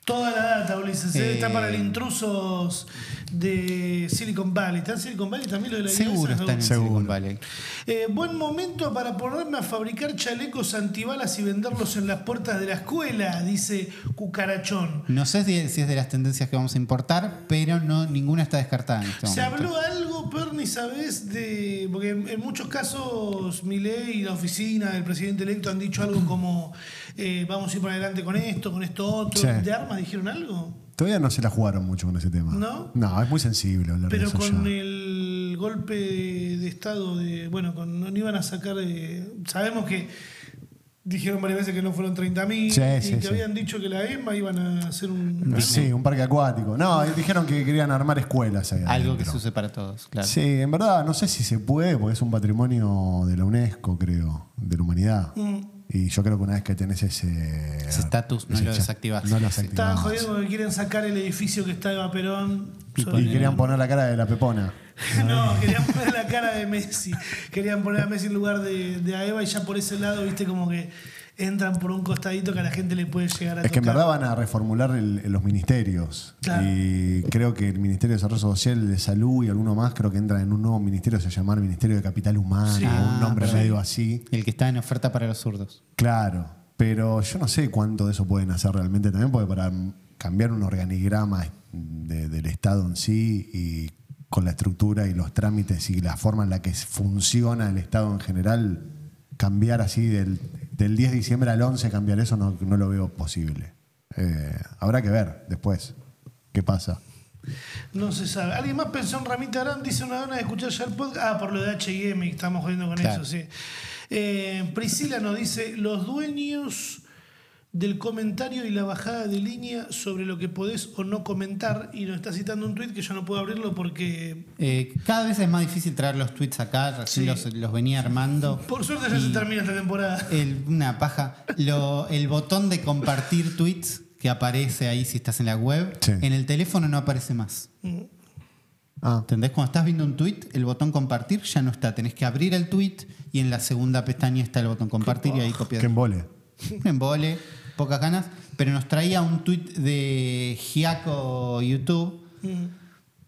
[SPEAKER 1] Toda la data, Ulises. ¿eh?
[SPEAKER 2] Eh.
[SPEAKER 1] Está para los intrusos de Silicon Valley. ¿Está en Silicon Valley también lo de la
[SPEAKER 2] Seguro
[SPEAKER 1] IASA?
[SPEAKER 2] está en el
[SPEAKER 3] Seguro.
[SPEAKER 2] Silicon Valley.
[SPEAKER 1] Eh, buen momento para ponerme a fabricar chalecos antibalas y venderlos en las puertas de la escuela, dice Cucarachón.
[SPEAKER 2] No sé si si es de las tendencias que vamos a importar, pero no, ninguna está descartada en este
[SPEAKER 1] ¿Se
[SPEAKER 2] momento.
[SPEAKER 1] habló algo, Perni, sabes, de. Porque en, en muchos casos Milei y la oficina del presidente electo han dicho algo como eh, vamos a ir para adelante con esto, con esto otro.
[SPEAKER 3] Sí.
[SPEAKER 1] ¿De armas dijeron algo?
[SPEAKER 3] Todavía no se la jugaron mucho con ese tema.
[SPEAKER 1] ¿No?
[SPEAKER 3] No, es muy sensible hablar de
[SPEAKER 1] Pero
[SPEAKER 3] eso
[SPEAKER 1] con
[SPEAKER 3] ya.
[SPEAKER 1] el golpe de Estado de. Bueno, con, no iban a sacar. eh, sabemos que dijeron varias veces que no fueron 30.000
[SPEAKER 3] Sí,
[SPEAKER 1] y
[SPEAKER 3] sí,
[SPEAKER 1] que
[SPEAKER 3] sí.
[SPEAKER 1] habían dicho que la EMA iban a hacer un.
[SPEAKER 3] Sí, un parque acuático.
[SPEAKER 1] Ah.
[SPEAKER 3] No, y dijeron que querían armar escuelas ahí
[SPEAKER 2] Algo que
[SPEAKER 3] adentro.
[SPEAKER 2] se use para todos, claro.
[SPEAKER 3] Sí, en verdad, no sé si se puede, porque es un patrimonio de la UNESCO, creo, de la humanidad.
[SPEAKER 1] Mm.
[SPEAKER 3] Y yo creo que una vez que tenés ese.
[SPEAKER 2] Ese estatus, no
[SPEAKER 3] ese
[SPEAKER 2] lo
[SPEAKER 3] cha-
[SPEAKER 2] desactivás.
[SPEAKER 3] No lo
[SPEAKER 2] Sí.
[SPEAKER 1] Estaban
[SPEAKER 3] desactivás.
[SPEAKER 1] jodiendo porque quieren sacar el edificio que está Eva Perón.
[SPEAKER 2] Y
[SPEAKER 3] Y querían poner la cara de la pepona.
[SPEAKER 1] No, querían poner la cara de Messi. Querían poner a Messi en lugar de, de a Eva y ya por ese lado, viste, como que entran por un costadito que a la gente le puede llegar a
[SPEAKER 3] Es que en
[SPEAKER 1] tocar.
[SPEAKER 3] verdad van a reformular el- eh, los ministerios.
[SPEAKER 1] Claro.
[SPEAKER 3] Y creo que el Ministerio de Desarrollo Social, el de Salud y alguno más, creo que entran en un nuevo ministerio, se llama el Ministerio de Capital Humano,
[SPEAKER 1] Sí.
[SPEAKER 3] un
[SPEAKER 2] Ah,
[SPEAKER 3] nombre
[SPEAKER 2] perfecto.
[SPEAKER 3] medio así.
[SPEAKER 2] El que está en oferta para los zurdos.
[SPEAKER 3] Claro, pero yo no sé cuánto de eso pueden hacer realmente también, porque para cambiar un organigrama de- del Estado en sí y con la estructura y los trámites y la forma en la que funciona el Estado en general, cambiar así del, del 10 de diciembre al 11, cambiar eso no, no lo veo posible. Eh, habrá que ver después qué pasa.
[SPEAKER 1] No se sabe. ¿Alguien más pensó en Ramita Arán? Dice una gana de escuchar ya el podcast. Ah, por lo de H&M, que estamos jodiendo con
[SPEAKER 2] Claro.
[SPEAKER 1] eso, sí. Eh, Priscila nos dice, los dueños del comentario y la bajada de línea sobre lo que podés o no comentar, y nos está citando un tuit que yo no puedo abrirlo porque...
[SPEAKER 2] Eh, cada vez es más difícil traer los tweets acá, recién
[SPEAKER 1] Sí.
[SPEAKER 2] los, los venía armando.
[SPEAKER 1] Por suerte ya se
[SPEAKER 2] Y-
[SPEAKER 1] termina esta temporada.
[SPEAKER 2] El- una paja. Lo- el botón de compartir tweets que aparece ahí si estás en la web,
[SPEAKER 3] Sí.
[SPEAKER 2] en el teléfono no aparece más.
[SPEAKER 3] Ah,
[SPEAKER 2] ¿Entendés? Cuando estás viendo un tweet, el botón compartir ya no está. Tenés que abrir el tweet y en la segunda pestaña está el botón compartir y ahí copias.
[SPEAKER 3] qué embole.
[SPEAKER 2] Un embole. pocas ganas, pero nos traía un tuit de Giaco YouTube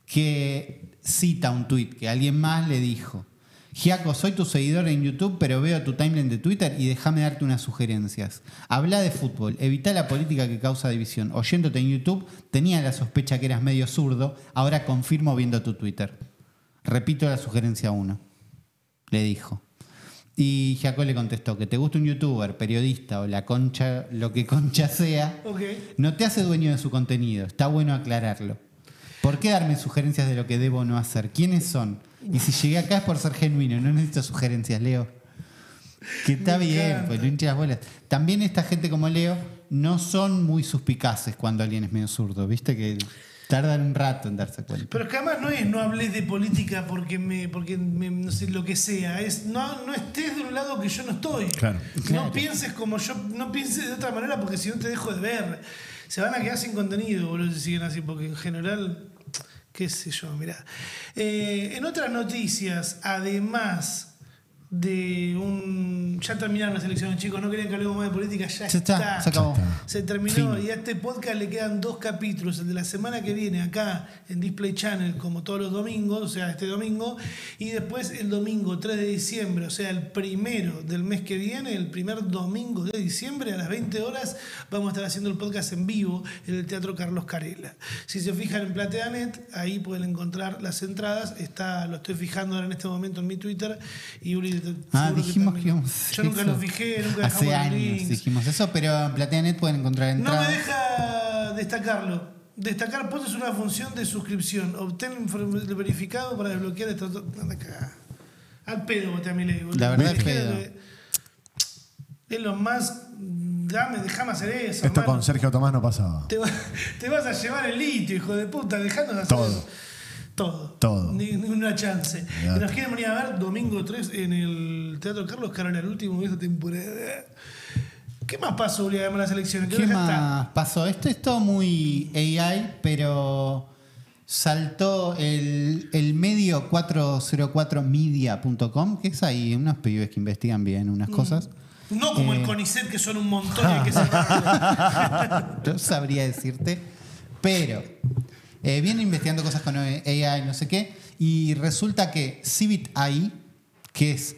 [SPEAKER 2] que cita un tuit que alguien más le dijo. Giaco, soy tu seguidor en YouTube, pero veo tu timeline de Twitter y déjame darte unas sugerencias. Habla de fútbol, evita la política que causa división. Oyéndote en YouTube, tenía la sospecha que eras medio zurdo, ahora confirmo viendo tu Twitter. Repito la sugerencia 1, le dijo. Y Giaco le contestó que te gusta un youtuber, periodista o la concha, lo que concha sea,
[SPEAKER 1] Ok.
[SPEAKER 2] no te hace dueño de su contenido, está bueno aclararlo. ¿Por qué darme sugerencias de lo que debo o no hacer? ¿Quiénes son? Y si llegué acá es por ser genuino, no necesito sugerencias, Leo. Que está
[SPEAKER 1] Me
[SPEAKER 2] bien,
[SPEAKER 1] encanta.
[SPEAKER 2] pues lo hincha las bolas. También esta gente como Leo no son muy suspicaces cuando alguien es medio zurdo, viste que tardan un rato en darse cuenta.
[SPEAKER 1] Pero es que además no es no hables de política porque me, porque me- no sé lo que sea. Es no, no estés de un lado que yo no estoy.
[SPEAKER 3] Claro.
[SPEAKER 2] Claro.
[SPEAKER 1] No pienses como yo, no pienses de otra manera porque si no te dejo de ver. Se van a quedar sin contenido, boludo, si siguen así, porque en general, qué sé yo, mirá. Eh, en otras noticias, además de un. Ya terminaron las elecciones, chicos, no quieren que hablemos más de política, ya,
[SPEAKER 2] Ya está, se acabó.
[SPEAKER 1] se terminó y a este podcast le quedan dos capítulos, el de la semana que viene acá en Display Channel como todos los domingos, o sea, este domingo, y después el domingo 3 de diciembre, o sea, el primero del mes que viene, el primer domingo de diciembre a las 20 horas, vamos a estar haciendo el podcast en vivo en el Teatro Carlos Carela. Si se fijan en Plateanet, ahí pueden encontrar las entradas, está lo estoy fijando ahora en este momento en mi Twitter y Uri te-
[SPEAKER 2] Ah,
[SPEAKER 1] seguro que
[SPEAKER 2] dijimos que,
[SPEAKER 1] también.
[SPEAKER 2] íbamos a hacer
[SPEAKER 1] Yo nunca
[SPEAKER 2] eso.
[SPEAKER 1] lo fijé, nunca dejamos
[SPEAKER 2] Hace
[SPEAKER 1] los
[SPEAKER 2] años
[SPEAKER 1] links.
[SPEAKER 2] dijimos eso, pero en PlateaNet pueden encontrar
[SPEAKER 1] No me
[SPEAKER 2] entradas.
[SPEAKER 1] deja destacarlo. Destacar post es una función de suscripción. Obtén el inform- el verificado para desbloquear esta. Anda acá. Al pedo voté a mi ley, boludo.
[SPEAKER 2] La verdad es
[SPEAKER 1] Dejé
[SPEAKER 2] pedo.
[SPEAKER 1] de- Elon Musk, dame, déjame hacer eso.
[SPEAKER 3] Esto
[SPEAKER 1] hermano.
[SPEAKER 3] con Sergio Tomás no pasaba.
[SPEAKER 1] Te, va- te vas a llevar el litio, hijo de puta, dejándonos hacer
[SPEAKER 3] Todo.
[SPEAKER 1] eso. Todo.
[SPEAKER 3] Todo.
[SPEAKER 1] Ni, ni una chance.
[SPEAKER 3] Olvidate.
[SPEAKER 1] Que nos quieren venir a ver domingo 3 en el Teatro Carlos Carola, el último de esta temporada. ¿Qué más pasó, Uri, además de las elecciones? Creo
[SPEAKER 2] ¿Qué
[SPEAKER 1] que ya está.
[SPEAKER 2] más pasó? Esto es todo muy AI, pero saltó el, el medio 404media.com, que es ahí unos pibes que investigan bien
[SPEAKER 1] Mm.
[SPEAKER 2] unas cosas.
[SPEAKER 1] No como
[SPEAKER 2] Eh.
[SPEAKER 1] el CONICET, que son un montón y hay que cerrarlo.
[SPEAKER 2] Yo sabría decirte, pero eh, viene investigando cosas con AI, no sé qué, y resulta que CivitAI, que es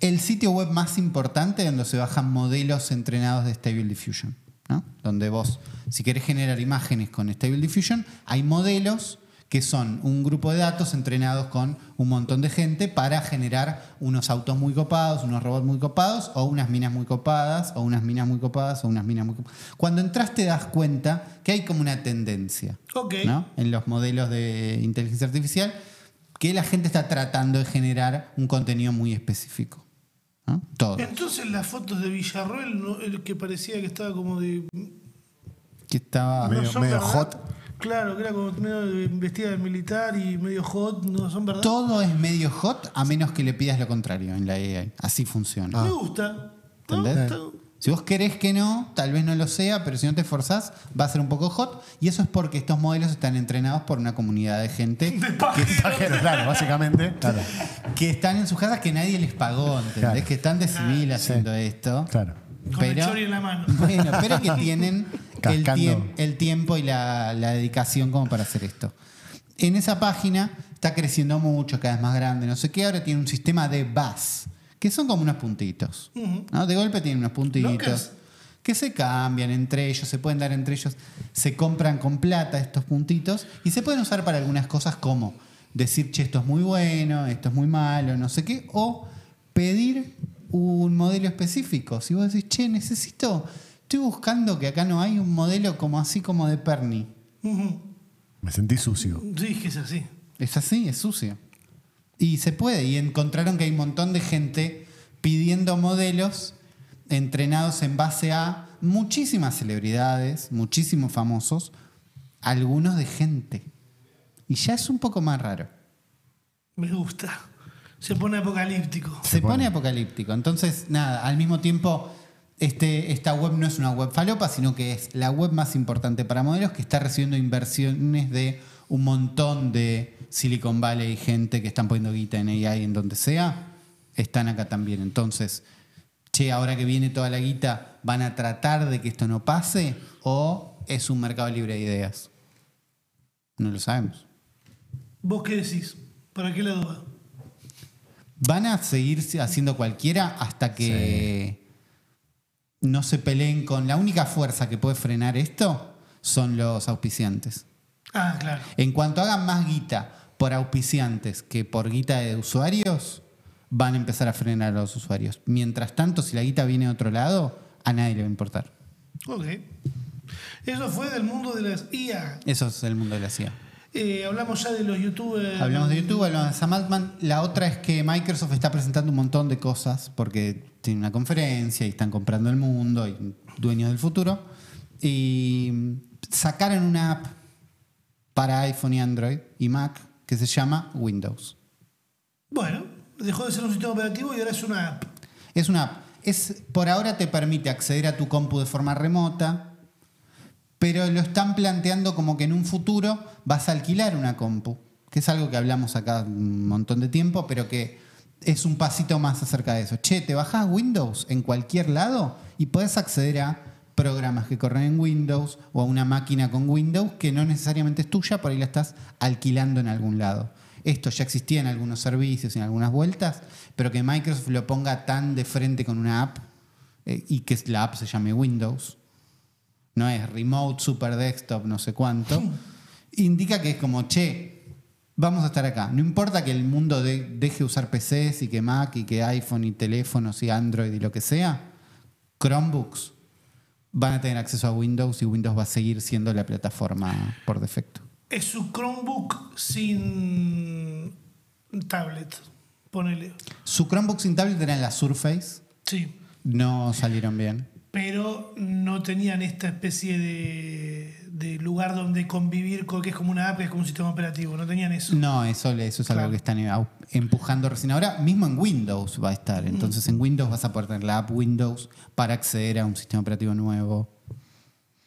[SPEAKER 2] el sitio web más importante donde se bajan modelos entrenados de Stable Diffusion, ¿no? donde vos, si querés generar imágenes con Stable Diffusion, hay modelos que son un grupo de datos entrenados con un montón de gente para generar unos autos muy copados, unos robots muy copados, o unas minas muy copadas, o unas minas muy copadas, o unas minas muy copadas. Cuando entras te das cuenta que hay como una tendencia
[SPEAKER 1] Ok.
[SPEAKER 2] ¿no? en los modelos de inteligencia artificial que la gente está tratando de generar un contenido muy específico. ¿no? Todo.
[SPEAKER 1] Entonces las fotos de Villarroel, no- el que parecía que estaba como de... ah,
[SPEAKER 2] Que estaba...
[SPEAKER 1] no
[SPEAKER 3] Medio-
[SPEAKER 1] son
[SPEAKER 3] medio
[SPEAKER 1] verdad.
[SPEAKER 3] hot.
[SPEAKER 1] Claro, que era como medio de- vestida de militar y medio hot, no son verdad.
[SPEAKER 2] Todo es medio hot a menos que le pidas lo contrario en la AI. Así funciona.
[SPEAKER 3] Ah.
[SPEAKER 1] Me gusta. ¿no?
[SPEAKER 2] Ah. ¿Entendés?
[SPEAKER 3] Eh.
[SPEAKER 1] Está-
[SPEAKER 2] Si vos querés que no, tal vez no lo sea, pero si no te esforzás, va a ser un poco hot. Y eso es porque estos modelos están entrenados por una comunidad de gente
[SPEAKER 1] De pájaro.
[SPEAKER 3] Claro, claro, básicamente. Claro,
[SPEAKER 2] que están en sus casas que nadie les pagó, ¿entendés?
[SPEAKER 3] Claro.
[SPEAKER 2] Que están de civil
[SPEAKER 3] sí.
[SPEAKER 2] haciendo esto.
[SPEAKER 3] claro.
[SPEAKER 1] Con el chori en la mano.
[SPEAKER 2] Bueno, pero que tienen el,
[SPEAKER 3] Cascando.
[SPEAKER 2] tiemp- el tiempo y la, la dedicación como para hacer esto. En esa página está creciendo mucho, cada vez más grande, no sé qué. Ahora tiene un sistema de bus, que son como unos puntitos.
[SPEAKER 1] Ujú.
[SPEAKER 2] ¿no? De golpe tienen unos puntitos
[SPEAKER 1] Locas.
[SPEAKER 2] que se cambian entre ellos, se pueden dar entre ellos, se compran con plata estos puntitos y se pueden usar para algunas cosas como decir, che, esto es muy bueno, esto es muy malo, no sé qué, o pedir un modelo específico. Si vos decís, che, necesito, estoy buscando que acá no hay un modelo como así como de Perni.
[SPEAKER 1] Ujú.
[SPEAKER 3] Me sentí sucio.
[SPEAKER 1] Sí, es que es así.
[SPEAKER 2] Es así, es sucio. Y se puede, y encontraron que hay un montón de gente pidiendo modelos entrenados en base a muchísimas celebridades, muchísimos famosos, algunos de gente. Y ya es un poco más raro.
[SPEAKER 1] Me gusta. Se pone apocalíptico.
[SPEAKER 2] Se pone apocalíptico. Entonces, nada, al mismo tiempo, este, esta web no es una web falopa, sino que es la web más importante para modelos que está recibiendo inversiones de un montón de Silicon Valley y gente que están poniendo guita en AI en donde sea. Están acá también. Entonces, che, ahora que viene toda la guita, van a tratar de que esto no pase? ¿O es un mercado libre de ideas? No lo sabemos.
[SPEAKER 1] ¿Vos qué decís? ¿Para qué lado va?
[SPEAKER 2] Van a seguir haciendo cualquiera hasta que no se peleen con... La única fuerza que puede frenar esto son los auspiciantes.
[SPEAKER 1] Ah, claro.
[SPEAKER 2] En cuanto hagan más guita por auspiciantes que por guita de usuarios, van a empezar a frenar a los usuarios. Mientras tanto, si la guita viene de otro lado, a nadie le va a importar.
[SPEAKER 1] Ok. Eso fue del mundo de las IA.
[SPEAKER 2] Eso es el mundo de la CIA.
[SPEAKER 1] Eh, hablamos ya de los youtubers.
[SPEAKER 2] Hablamos de YouTube, hablamos de Sam Altman. La otra es que Microsoft está presentando un montón de cosas porque tiene una conferencia y están comprando el mundo y dueños del futuro. Y sacaron una app para iPhone y Android y Mac que se llama Windows.
[SPEAKER 1] Bueno, dejó de ser un sistema operativo y ahora es una app.
[SPEAKER 2] Es una app. Es, por ahora te permite acceder a tu compu de forma remota, pero lo están planteando como que en un futuro vas a alquilar una compu, que es algo que hablamos acá un montón de tiempo, pero que es un pasito más acerca de eso. Che, te bajás Windows en cualquier lado y puedes acceder a programas que corren en Windows o a una máquina con Windows que no necesariamente es tuya, por ahí la estás alquilando en algún lado. Esto ya existía en algunos servicios, en algunas vueltas, pero que Microsoft lo ponga tan de frente con una app eh, y que la app se llame Windows, no es remote, super desktop, no sé cuánto, indica que es como, che, vamos a estar acá. No importa que el mundo de- deje de usar PCs y que Mac y que iPhone y teléfonos y Android y lo que sea, Chromebooks van a tener acceso a Windows y Windows va a seguir siendo la plataforma por defecto.
[SPEAKER 1] Es su Chromebook sin tablet. Ponele.
[SPEAKER 2] Su Chromebook sin tablet era en la Surface,
[SPEAKER 1] Sí.
[SPEAKER 2] no salieron bien.
[SPEAKER 1] Pero no tenían esta especie de, de lugar donde convivir, con, que es como una app, que es como un sistema operativo. No tenían eso.
[SPEAKER 2] No, eso, le- eso es algo
[SPEAKER 1] Claro.
[SPEAKER 2] que están em, au- empujando recién ahora. Mismo en Windows va a
[SPEAKER 1] Mm.
[SPEAKER 2] estar. Entonces en Windows vas a poder tener la app Windows para acceder a un sistema operativo nuevo.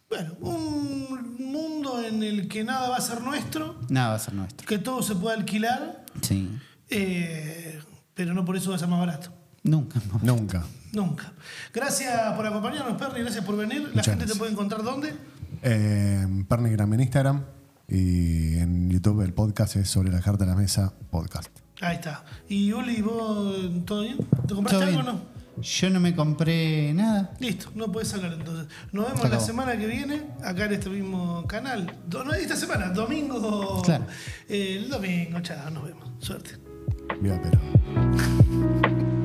[SPEAKER 1] Bueno, un mundo en el que nada va a ser nuestro,
[SPEAKER 2] Nada va a ser nuestro.
[SPEAKER 1] que todo se puede alquilar,
[SPEAKER 2] Sí.
[SPEAKER 1] eh, pero no por eso va a ser más barato.
[SPEAKER 2] Nunca.
[SPEAKER 3] Nunca.
[SPEAKER 1] Nunca. Gracias por acompañarnos, Perry. Gracias por venir. La
[SPEAKER 3] Muchas
[SPEAKER 1] gente te
[SPEAKER 3] gracias.
[SPEAKER 1] puede encontrar dónde.
[SPEAKER 3] Eh, Pernigram en Instagram y en YouTube el podcast es sobre la carta de la mesa podcast.
[SPEAKER 1] Ahí está. ¿Y Uli, vos todo bien? ¿Te compraste
[SPEAKER 2] Todo
[SPEAKER 1] algo o
[SPEAKER 2] bien.
[SPEAKER 1] no?
[SPEAKER 2] Yo no me compré nada.
[SPEAKER 1] Listo, no puedes sacar entonces. Nos vemos
[SPEAKER 2] Se
[SPEAKER 1] la
[SPEAKER 2] acabó.
[SPEAKER 1] semana que viene, acá en este mismo canal. Do- no, esta semana, domingo.
[SPEAKER 2] Claro.
[SPEAKER 1] Eh, el domingo, chao, nos vemos. Suerte.
[SPEAKER 3] Viva Perón.